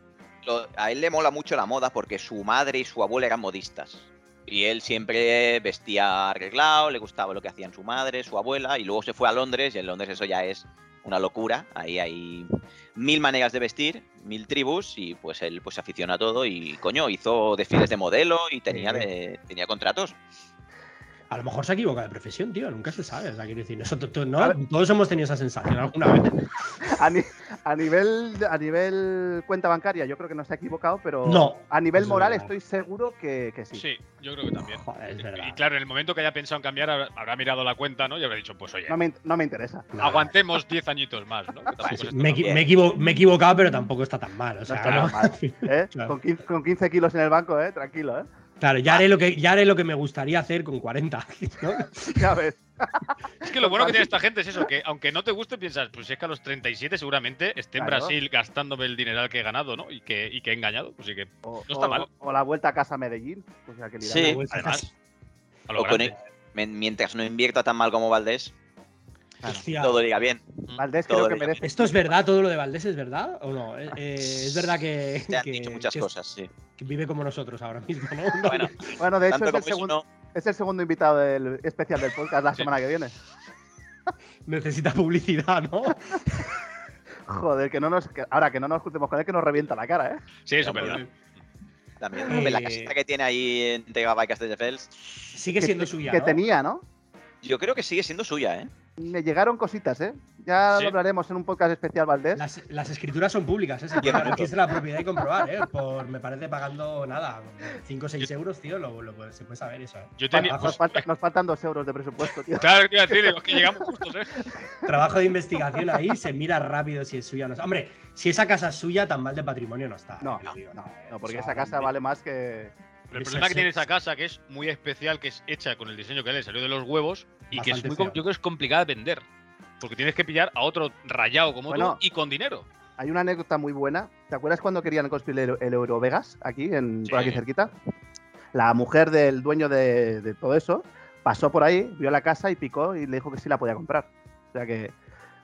A: lo- a él le mola mucho la moda porque su madre y su abuela eran modistas. Y él siempre vestía arreglado, le gustaba lo que hacían su madre, su abuela, y luego se fue a Londres, y en Londres eso ya es una locura. Ahí hay mil maneras de vestir, mil tribus, y pues él pues se aficionó a todo y coño, hizo desfiles de modelo y tenía,
E: Sí.
A: de- tenía contratos.
E: A lo mejor se equivoca de profesión, tío. Nunca se sabe. O sea, quiero decir, nosotros to-
C: A
E: ¿no?
C: ver.
E: todos hemos tenido esa sensación alguna vez.
C: A, ni- a nivel, a nivel cuenta bancaria, yo creo que no se ha equivocado, pero
E: No,
C: a nivel
E: eso es
C: moral
E: verdad.
C: estoy seguro que, que sí.
D: Sí, yo creo que también.
E: Joder, es verdad.
D: Y claro, en el momento que haya pensado en cambiar, habrá, habrá mirado la cuenta, ¿no? Y habrá dicho, pues oye,
C: No, me, in- no me interesa.
E: Nah,
D: aguantemos 10 añitos más, ¿no? Que tampoco
E: sí,
D: es
E: sí,
D: pues, esto
E: me,
D: tan-
E: equi- me equivo- me he equivocado, pero tampoco está tan mal. O sea,
C: está
E: ¿no?
C: nada
E: <laughs>
C: mal, ¿eh?
E: Claro.
C: Con, 15, con 15 kilos en el banco, ¿eh? tranquilo. ¿eh? <laughs>
E: Claro, ya haré, lo que, ya haré lo que me gustaría hacer con 40. <laughs> ¿no?
C: Ya ves.
D: Es que lo bueno que tiene esta gente es eso, que aunque no te guste, piensas, pues si es que a los 37 seguramente esté en
C: Claro.
D: Brasil gastándome el dineral que he ganado, ¿no? Y que, y que he engañado, pues sí que
C: O,
D: No está
C: o-
D: mal.
C: o la vuelta a casa a Medellín. pues ya que le irán
A: Sí.
C: a-
E: Una bolsa
D: además,
E: casi-
D: a lo
A: O con- e-
D: grande.
A: men- mientras no invierta tan mal como Valdés,
C: claro.
E: Hostia.
A: todo diga bien.
C: Valdés
A: Todo
C: creo que
A: bien.
C: merece.
E: ¿Esto es verdad? ¿Todo lo de Valdés es verdad o no? Eh, eh, es verdad que,
A: Te han
E: que-
A: dicho muchas
E: que es-
A: cosas, sí.
E: que vive como nosotros ahora mismo,
A: <laughs>
E: ¿no?
A: Bueno,
C: Bueno, <laughs> de hecho
A: tanto
C: es
A: como eso
C: el, segundo,
A: no,
C: es el segundo invitado del especial del podcast la
D: Sí.
C: semana que viene.
E: Necesita publicidad, ¿no?
C: Joder, que no nos, que- ahora que no nos juntemos con él, que nos revienta la cara, ¿eh?
D: Sí, eso es verdad.
A: también. Hombre, La
E: Eh.
A: casita que tiene ahí en Tegabacas de Fels,
E: Sigue siendo suya.
C: Que
E: ¿no?
C: tenía, ¿no?
A: yo creo que sigue siendo suya, ¿eh?
C: Me llegaron cositas, ¿eh? Ya
D: Sí.
C: lo hablaremos en un podcast especial, Valdés.
E: Las, las escrituras son públicas, ¿eh? Se
A: Qué
E: puede
A: bonito.
E: registrar la propiedad y comprobar, ¿eh? Por, me parece pagando nada, 5 o 6 euros, tío, lo, lo puede- se puede saber eso, ¿eh?
D: Yo tenía.
C: Nos,
D: pues,
C: falta- nos faltan dos euros de presupuesto,
F: <laughs>
C: tío.
D: <laughs> claro, te iba a decir, digo, es que llegamos justos,
C: <laughs>
D: ¿eh?
E: Trabajo de investigación ahí, se mira rápido si es suya o no. Hombre, si esa casa es suya, tan mal de patrimonio no está.
C: No,
E: ¿eh?
C: no,
E: Digo,
C: no,
E: ¿eh?
C: no, porque
E: O sea,
C: esa casa vale más que.
D: Pero el
E: Esa-
D: problema que
E: esa-
D: tiene esa casa, que es muy especial, que es hecha con el diseño que le salió de los huevos y que es
E: Bastante
D: muy, com-
E: feo.
D: yo creo que es complicada de vender. Porque tienes que pillar a otro rayado como
C: Bueno.
D: tú y con dinero.
C: Hay una anécdota muy buena. ¿Te acuerdas cuando querían construir el, el Eurovegas aquí, en, por
D: Sí.
C: aquí cerquita? La mujer del dueño de, de todo eso pasó por ahí, vio la casa y picó y le dijo que sí la podía comprar. O sea que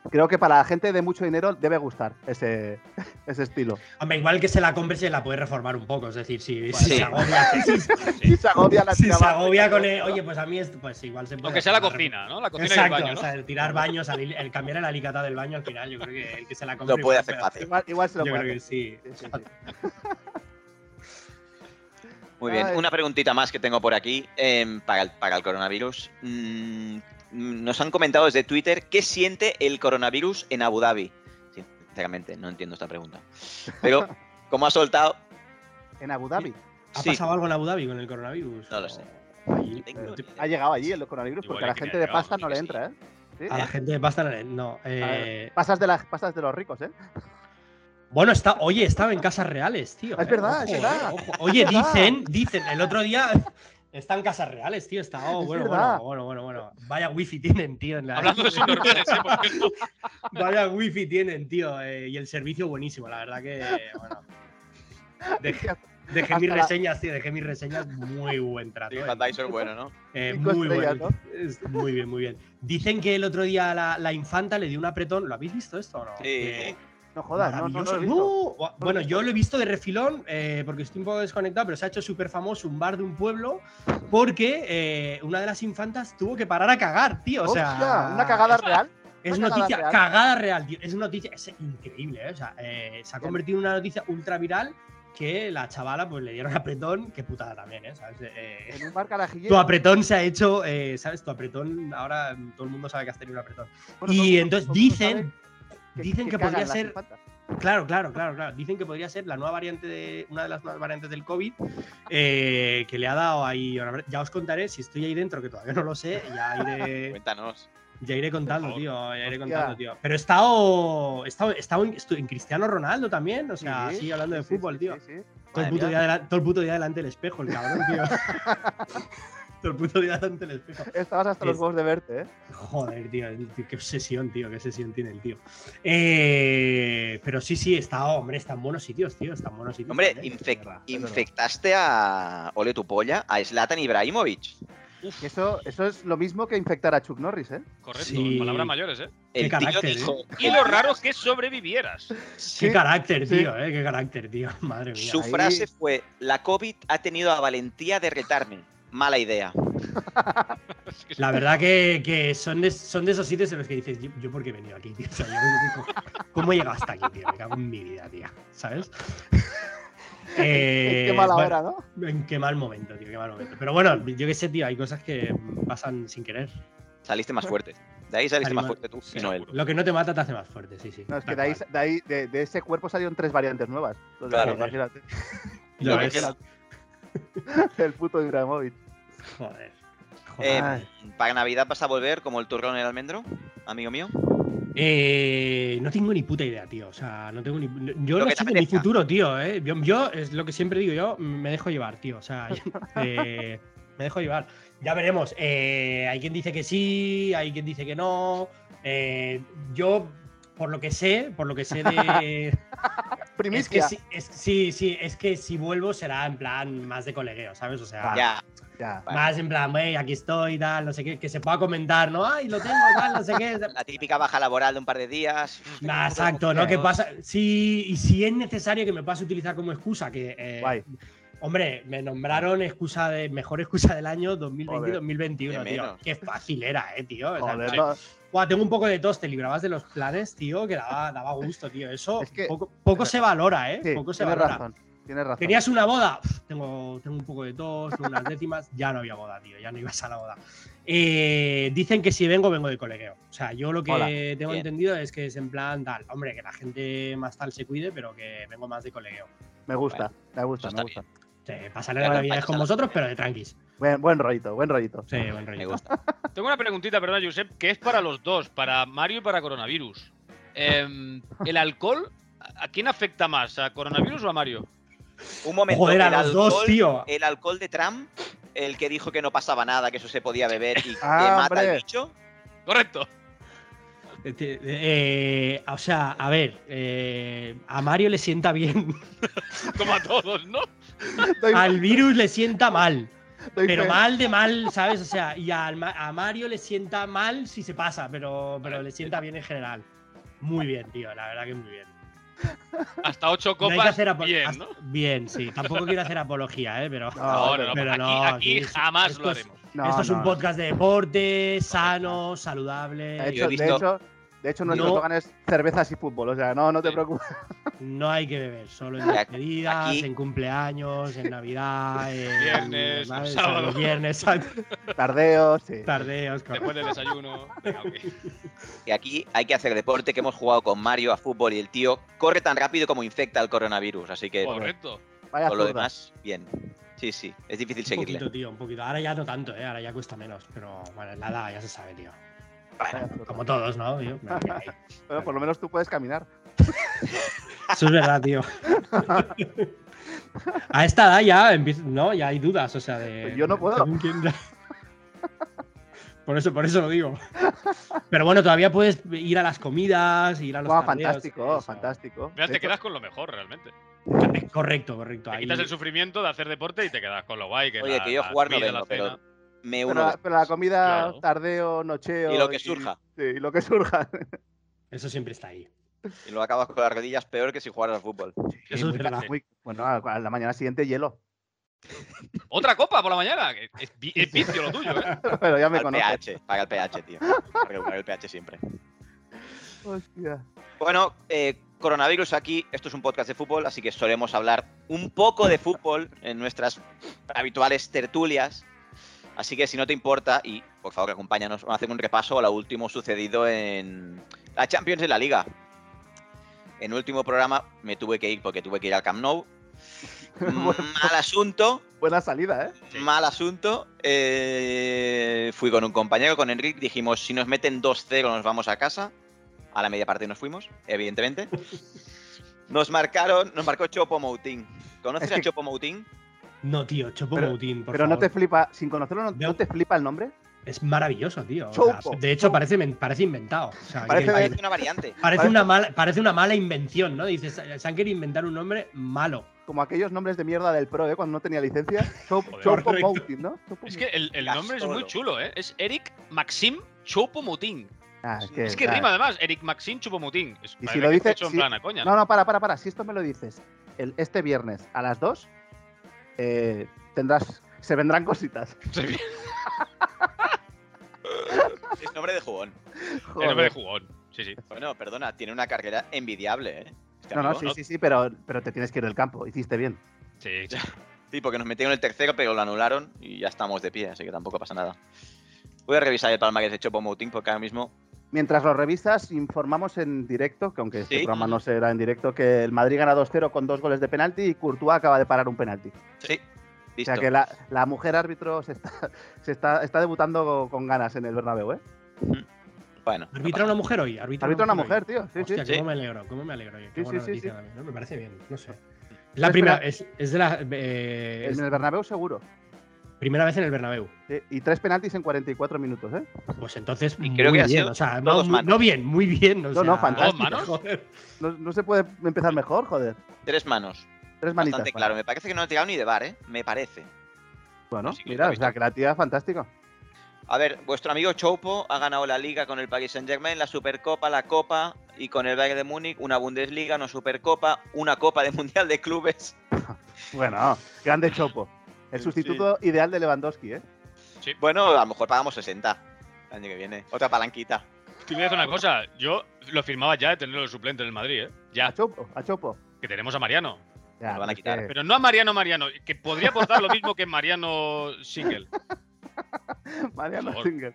C: creo que para la gente de mucho dinero debe gustar ese, <laughs> ese estilo.
E: Hombre, igual que se la compre, se la puede reformar un poco. Es decir,
C: Pues
E: si, si
A: Sí.
E: se agobia,
A: <laughs>
E: si-
C: Y <laughs> se agobia la
E: si se
C: chava.
E: agobia con el, Oye, pues a mí, esto, pues igual se puede.
D: Aunque sea la
E: reformar.
D: cocina, ¿no? La cocina
E: Exacto,
D: y el baño, ¿no?
E: o sea, el tirar baños, el, el cambiar el alicatado del baño al final, yo creo que el que se la compre.
A: Lo puede
E: igual
A: hacer fácil.
C: <laughs> Igual, igual se
E: Yo
C: lo
E: creo
C: puede
E: que sí.
C: hacer. Sí, sí, sí.
A: Muy bien,
C: Ay.
A: una preguntita más que tengo por aquí em, para, el, para el coronavirus. Mm, mm, nos han comentado desde Twitter qué siente el coronavirus en Abu Dhabi. Sinceramente, no entiendo esta pregunta. Pero, como ha soltado,
C: En Abu Dhabi.
E: ¿Ha
A: Sí.
E: pasado algo en Abu Dhabi con el coronavirus?
A: No lo sé.
E: Ahí-
A: Tengo ni
C: Ha
A: idea.
C: llegado allí el coronavirus
D: Igual
C: porque a
D: le
C: la
D: quería
C: gente de
D: llegar,
C: pasta no
A: sí que
C: le
A: sí.
C: entra, ¿eh? Sí.
E: A la gente de pasta no le- no.
C: A ver,
E: eh,
C: pasas, de las, pasas de los ricos, ¿eh?
E: bueno, está, oye, estaba en casas reales, tío.
C: Es
E: eh,
C: verdad, es
E: ojo, eh,
C: verdad,
E: ojo. Oye,
C: es verdad.
E: dicen, dicen, el otro día <laughs> está en casas reales, tío. Está, oh,
C: Es
E: bueno,
C: verdad.
E: bueno, bueno, bueno, bueno. Vaya wifi tienen, tío. en la-
D: <laughs> Hablando de
E: <laughs>
D: subnormales, ¿eh? Por cierto.
E: Vaya wifi tienen, tío. eh, y el servicio buenísimo, la verdad que, bueno. Dejé,
C: <laughs>
E: dejé
C: Hasta
E: mis
C: la-
E: reseñas, tío. Dejé mis reseñas. Muy buen trato. eh.
A: TripAdvisor, bueno,
E: <laughs>
A: ¿no?
E: Eh,
C: Cinco
E: muy
C: estrellas,
E: bueno. Es- Muy bien, muy bien. Dicen que el otro día la, la infanta le dio un apretón. ¿Lo habéis visto esto o no?
A: Sí.
E: Que-
C: No jodas, no, no, no lo he
E: maravilloso.
C: visto.
E: ¡No! Bueno, yo lo he visto de refilón eh, porque estoy un poco desconectado, pero se ha hecho súper famoso un bar de un pueblo porque eh, una de las infantas tuvo que parar a cagar, tío. O sea,
C: Hostia, ¿Una cagada real?
E: es
C: Una cagada
E: noticia,
C: real.
E: cagada real, tío. Es noticia, es increíble, ¿eh? O sea, eh, se ha convertido en una noticia ultra viral que la chavala pues le dieron apretón, qué putada también, ¿eh? ¿Sabes? Eh,
C: En un bar
E: tu
C: carajillero.
E: apretón se ha hecho, eh, ¿sabes? Tu apretón, ahora mm, todo el mundo sabe que has tenido un apretón.
C: Bueno, todo el
E: y
C: mundo-
E: entonces
C: todo el mundo
E: dicen,
C: sabe
E: dicen que,
C: cagan
E: podría
C: las
E: ser,
C: infantas.
E: claro, claro, claro, claro, dicen que podría ser la nueva variante, de, una de las nuevas variantes del COVID eh, que le ha dado ahí, ahora- ya os contaré, si estoy ahí dentro, que todavía no lo sé, ya
C: <laughs>
E: iré,
A: Cuéntanos.
E: Ya iré contando,
D: favor.
E: tío. Ya iré
C: Hostia.
E: contando, tío. Pero he estado, he estado, he estado en, estu- en Cristiano Ronaldo también. O sea,
C: Sí,
E: sí, hablando de
C: sí, sí,
E: fútbol,
C: sí,
E: tío.
C: sí, sí.
E: Todo, el
A: Madre
E: puto
A: mía.
E: día dela- todo el puto día delante del espejo, el cabrón,
C: <laughs>
E: tío. todo el puto día delante del espejo.
C: Estabas hasta los
E: Sí.
C: huevos de verte, ¿eh?
E: Joder, tío, tío, Qué obsesión, tío. Qué obsesión tiene el tío. Eh, pero sí, sí, está, hombre, están buenos sitios, tío, están buenos sitios.
A: Hombre,
E: ¿vale?
A: infec-
E: Es verdad, es verdad.
A: infectaste a Ole tu polla, a Zlatan Ibrahimovic.
C: Que Eso, eso es lo mismo que infectar a Chuck Norris, ¿eh?
D: Correcto,
E: Sí.
D: palabras mayores, ¿eh?
A: El tío
E: carácter,
A: dijo,
D: Y lo raro es que sobrevivieras. <laughs>
E: Qué
C: Sí,
E: carácter,
C: sí.
E: tío, eh, qué carácter, tío, <laughs> madre mía.
A: su
C: ahí-
A: frase fue, la COVID ha tenido la valentía de retarme. Mala idea.
D: Es que-
E: La verdad que, que son, de, son de esos sitios en los que dices, yo, yo por qué he venido aquí, tío. O sea, yo- ¿cómo, cómo he llegado hasta aquí, tío? Me cago en mi vida, tío.
C: <laughs>
E: ¿Sabes? Eh,
C: Qué mala
E: bueno,
C: hora, ¿no?
E: En qué mal momento, tío, qué mal momento. Pero bueno, yo qué sé, tío, hay cosas que pasan sin querer.
A: Saliste más fuerte. De ahí saliste más
E: Animal.
A: fuerte tú
D: Sí,
A: y no él.
D: seguro.
E: Lo que no te mata te hace más fuerte, sí, sí.
C: No, es que
E: Tal
C: de, ahí,
E: cual.
C: de, ahí- de- de ese cuerpo salieron tres variantes nuevas. Lo de-
A: Claro.
C: imagínate. <laughs>
E: Ya
A: lo que
E: ves.
A: queda.
C: El puto Ibrahimovic.
E: Joder.
A: Eh,
D: Em,
E: Joder.
A: ¿Para Navidad vas a volver como el turrón en el almendro, amigo mío?
E: Eh, no tengo ni puta idea, tío. O sea, no tengo ni. Yo
A: Lo
E: no
A: que te
E: sé de mi
A: apetezca.
E: futuro, tío. ¿eh? Yo, yo es lo que siempre digo, yo me dejo llevar, tío. O sea,
A: <laughs>
E: eh, me dejo llevar. Ya veremos. Eh, hay quien dice que sí, hay quien dice que no. Eh, yo, por lo que sé, por lo que
A: <laughs>
E: sé de. es que
C: Primicia.
E: sí, es- sí, sí, es que si vuelvo será en plan más de colegueo, ¿sabes? O sea,
A: Ya,
C: Ya.
A: vale.
E: más en plan, wey, aquí estoy, tal, no sé qué, que se pueda comentar, ¿no? Ay, lo tengo, tal, no sé qué.
A: la típica baja laboral de un par de días.
E: Nah, Ah, exacto, ¿no?
A: Que
E: Que pasa. Sí, y si es necesario que me pase a utilizar como excusa, que. eh,
C: Guay.
E: Hombre, me nombraron excusa de mejor excusa del año 2020-2021,
A: Joder, de
E: tío.
A: menos.
E: Qué fácil era, eh, tío. O sea,
C: Joder,
E: sí.
C: no,
E: Buah, tengo un poco de tos, te librabas de los planes, tío, que daba, daba gusto, tío. Eso
C: Es que-
E: poco, poco se valora, eh.
C: sí,
E: poco se
C: tienes
E: valora.
C: razón. Tienes razón.
E: Tenías una boda, Uf, tengo, tengo un poco de tos, tengo unas décimas, ya no había boda, tío, ya no ibas a la boda. Eh, dicen que si vengo, vengo de colegueo. O sea, yo lo que
C: Hola,
E: tengo
A: bien.
E: entendido es que es en plan tal, hombre, que la gente más tal se cuide, pero que vengo más de colegueo.
C: Me gusta, me gusta,
A: eso
C: me
A: está
C: gusta.
E: Sí, pasaré
A: Ya
E: las navidades
A: acompañas
E: con
A: a la
E: vosotros,
A: gente.
E: pero de tranquis.
C: Buen, buen rollito, buen rollito.
E: Sí, buen
A: Me
E: rollo.
A: gusta.
D: Tengo una preguntita, ¿verdad, Josep? Que es para los dos, para Mario y para coronavirus. Em, ¿El alcohol a a quién afecta más? ¿A coronavirus o a Mario?
A: Un momento.
E: Joder, a
A: el
E: los dos,
A: alcohol- eh.
E: tío.
A: El alcohol de Trump, el que dijo que no pasaba nada, que eso se podía beber y que
C: <laughs> Ah,
A: mata
C: hombre.
A: al bicho.
D: Correcto.
E: Eh, te- eh, o sea, a ver, eh, a Mario le sienta bien,
D: Como a todos, ¿no?
C: <laughs> Doy-
E: al virus le sienta mal.
C: doy
E: Pero
C: fe.
E: mal de mal, ¿sabes? O sea, y al Ma- a, Mario le sienta mal si se pasa, pero, pero le sienta bien en general. Muy bien, tío, la verdad que muy bien.
D: Hasta ocho
E: No hay
D: copas.
E: que hacer apo-
D: bien,
E: haz-
D: ¿no?
E: bien, sí. Tampoco quiero hacer apología, ¿eh? Pero.
D: No, no, no.
E: pero
D: aquí,
E: no,
D: aquí
E: aquí-
D: jamás
E: esto
D: lo
E: es-
D: haremos.
C: No,
E: Esto es un
C: no,
E: podcast de deporte, sano, saludable.
C: De
A: Yo
C: hecho,
A: he
C: de
A: visto-
C: hecho, de hecho nuestro
E: No.
C: eslogan es cervezas y fútbol. O sea, no, no te
D: Sí.
C: preocupes. <laughs>
E: No hay que beber, solo en
A: Aquí-
E: despedidas,
A: aquí-
E: en cumpleaños, en Navidad, en.
D: Viernes,
E: ¿vale?
D: los
E: O sea, los
D: sábados.
E: Viernes,
C: Tardeos, sí.
E: <laughs> tardeos, correcto.
D: Después del desayuno. Venga,
A: <laughs>
D: ok.
A: Y aquí hay que hacer deporte, que hemos jugado con Mario a fútbol y el tío corre tan rápido como infecta al coronavirus. Así que
D: Correcto.
C: Vaya
A: por lo
C: zurda.
A: demás, bien. Sí, sí, es difícil
E: Un
A: seguirle.
E: poquito, tío, un poquito. Ahora ya no tanto, ¿eh? Ahora ya cuesta menos, pero bueno, la edad ya se sabe, tío.
C: Vaya zurda.
E: Como todos, ¿no? tío?
C: <laughs> Bueno, por lo menos tú puedes caminar.
E: Eso es verdad, tío. A esta edad ya, empie- no, ya hay dudas, o sea, de...
C: Pues Yo no puedo.
E: según quién- Por eso, por eso lo digo. Pero bueno, todavía puedes ir a las comidas, ir a los
C: Guau,
E: tardeos,
C: fantástico,
E: eso.
C: fantástico.
D: Mira,
C: De
D: te
C: hecho,
D: quedas con lo mejor realmente.
E: Correcto, correcto.
D: Te
E: ahí-
D: quitas el sufrimiento de hacer deporte y te quedas con lo guay. Que
A: Oye,
D: la-
A: que yo
D: la
A: jugar no
D: comida, la
A: vengo, pero
D: cena.
A: Me
C: pero,
A: uno.
C: la- pero la comida,
D: Claro.
C: tardeo, nocheo.
A: Y lo que surja.
C: sí, y lo que
E: <laughs>
C: surja.
E: Eso siempre está ahí.
A: Y lo acabas con las rodillas peor que si jugaras al fútbol.
E: Eso es
C: muy-
E: verdad.
C: muy- bueno, a, a la mañana siguiente hielo. <laughs>
D: Otra copa por la mañana. que Es, vi- es vicio lo tuyo, ¿eh?
C: Pero ya me
A: Al
C: conoces.
A: pH, paga el pH,
C: <laughs>
A: tío. Para regular el pH siempre.
C: Hostia.
A: Bueno, eh, coronavirus aquí, esto es un podcast de fútbol, así que solemos hablar un poco de fútbol en nuestras habituales tertulias. Así que si no te importa, y por favor acompáñanos, vamos a hacer un repaso a lo último sucedido en la Champions de la Liga. En el último programa me tuve que ir porque tuve que ir al Camp Nou. Mal asunto,
C: Buena salida, ¿eh?
D: Sí.
A: mal asunto. Eh, fui con un compañero, con Enric, dijimos, si nos meten 2-0 nos vamos a casa. A la media parte nos fuimos,
C: <laughs>
A: evidentemente. Nos marcaron, nos marcó Chopo Moutín. ¿Conoces
C: <laughs> Es que-
A: a Chopo Moutín?
E: No, tío, Chopo
C: Pero-
E: Moutin, por
C: Pero no te
E: favor.
C: flipa, sin conocerlo, ¿no,
E: No.
C: no te flipa el nombre?
E: Es maravilloso, tío. O
C: Chopo,
E: sea, de hecho,
C: chopo.
E: parece, men- parece inventado. O sea,
A: Parece
E: que-
A: parece una variante.
E: parece una mala, parece una mala invención, ¿no? Dices, se han querido inventar un nombre malo.
C: Como aquellos nombres de mierda del pro, ¿eh? Cuando no tenía
E: <laughs>
C: licencia. Chop-
D: Joder.
C: Chopo
E: Correcto.
C: Mountain, ¿no? Chopo
D: Es que el, el
A: Gastón.
D: nombre es muy chulo, ¿eh? Es Eric Maxim Chopomotín.
C: Mountain. Ah,
D: Es que
C: ah,
D: rima además, Eric Maxim Chopomotín. Es,
C: Y si
D: parece
C: lo
D: que está
C: dices-
D: hecho en
C: si-
D: plan a coña. <laughs>
C: No, no, para, para, para. Si esto me lo dices el- este viernes a las 2, eh, tendrás. Se vendrán cositas. <laughs>
A: Es nombre de jugón.
D: El nombre de
C: Joder.
D: jugón. Sí, sí.
A: Bueno, perdona, tiene una carrera envidiable, ¿eh? Este
C: No, no,
A: amigo.
C: sí, sí, sí, pero, pero te tienes que ir del campo. Hiciste bien.
D: sí, sí.
A: Sí, porque nos metieron el tercero, pero lo anularon y ya estamos de pie, así que tampoco pasa nada. Voy a revisar el palmarés de Chopo Moutin porque ahora mismo.
C: Mientras lo revisas, informamos en directo, que aunque este
A: Sí.
C: programa no será en directo, que el Madrid gana 2-0 con dos goles de penalti y Courtois acaba de parar un penalti.
A: Sí,
C: O
A: listo.
C: sea que la, la mujer árbitro se está, <laughs> se está, está debutando con ganas en el Bernabéu, ¿eh?
A: Bueno, no
E: Arbitra
A: pasa
E: una mujer hoy. Arbitra,
C: Arbitra una mujer, tío. Sí, sí.
E: Hostia,
A: sí.
E: cómo me alegro, cómo me alegro. oye,
C: Sí, sí,
E: Qué buena
C: sí, sí.
E: noticia también, ¿no? Me parece bien, no sé. Es
C: Espera.
E: la primera, es, es de la eh, es
C: En el Bernabéu seguro.
E: primera vez en el Bernabéu.
C: Sí, Y tres penaltis en 44 minutos, ¿eh?
E: Pues entonces,
A: Y creo
E: muy
A: que ha
E: bien,
A: sido
E: o sea,
A: todos
E: no,
A: manos.
E: no bien, muy bien. o
C: No,
E: sea,
C: no, fantástico.
D: ¿Dos manos?
E: <laughs> joder.
C: No, no se puede empezar mejor, joder.
A: nada. Tres manos.
C: Tres manitas.
A: Bastante
C: para-
A: claro. Me parece que no han tirado ni de bar, ¿eh? Me parece.
C: Bueno,
A: Sí,
C: mira,
A: lo he
C: o sea,
A: visto.
C: que la tía fantástico.
A: A ver, vuestro amigo Chopo ha ganado la Liga con el Paris Saint Germain, la Supercopa, la Copa y con el Bayern de Múnich, una Bundesliga, una Supercopa, una Copa de Mundial de Clubes.
C: Bueno, grande chopo. El
A: Sí.
C: sustituto ideal de Lewandowski, ¿eh?
A: Bueno, a lo mejor pagamos 60 el año que viene. Otra palanquita.
D: Te voy a decir una cosa. Yo lo firmaba ya de tenerlo de suplente en el Madrid, ¿eh?
C: A
D: Ya,
C: chopo, a chopo.
D: que tenemos a Mariano.
C: Ya,
A: Lo van a
C: es
A: quitar.
C: <laughs> que-
D: Pero no a Mariano Mariano, que podría aportar lo mismo que
F: Mariano Single.
C: Mariano
D: Por favor.
C: Singer.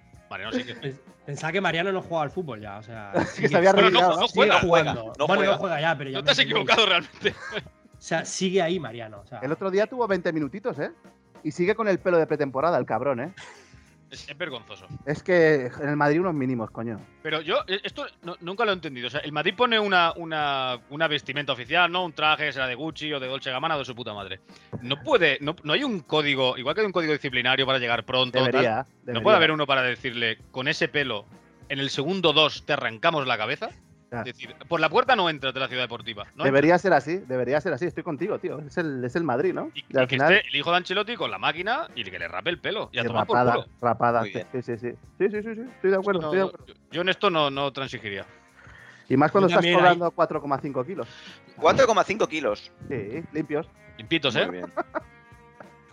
C: <laughs>
F: Mariano Single.
E: Pens- Pensaba que Mariano no jugaba al fútbol ya, o sea.
C: que se había
E: sigue-
F: Bueno, no,
C: retirado,
F: no
C: ¿no?
E: sigue
F: juega.
E: jugando.
A: juega, no
E: bueno,
A: juega.
E: no juega ya, pero ya
F: No
E: me
F: te has
E: entendéis.
F: equivocado realmente.
E: O sea, sigue ahí Mariano. O sea,
C: El otro día tuvo 20 minutitos, ¿eh? Y sigue con el pelo de pretemporada, el cabrón, ¿eh?
F: Es, es vergonzoso.
C: Es que en el Madrid unos mínimos, coño.
F: Pero yo, eh, esto no- nunca lo he entendido. O sea, el Madrid pone una, una, una vestimenta oficial, ¿no? Un traje, será de Gucci o de Dolce Gabbana o de su puta madre. No puede, no, no hay un código, igual que hay un código disciplinario para llegar pronto. tal.
C: Debería,
F: No
C: debería.
F: puede haber uno para decirle, con ese pelo, en el segundo dos te arrancamos la cabeza.
C: Ya.
F: Es decir, por la puerta no entras de la ciudad deportiva. No
C: debería ser así, debería ser así. Estoy contigo, tío. Es el, es el Madrid, ¿no?
F: Y,
C: al
F: y que
C: final-
F: esté el hijo de Ancelotti con la máquina y que le rape el pelo. Y a
C: y
F: tomar por
C: rapada,
F: culo.
C: rapada.
A: Muy
C: Sí,
A: bien.
C: sí, sí, sí. Sí, sí, sí, sí. Estoy de acuerdo,
F: No,
C: estoy de
F: no,
C: acuerdo.
F: yo en esto no, no transigiría.
C: Y más cuando
E: Yo
C: estás
E: también,
C: cobrando 4,5 kilos.
A: 4,5 kilos.
C: Sí, limpios.
F: Limpitos,
A: Muy
F: ¿eh?
A: bien.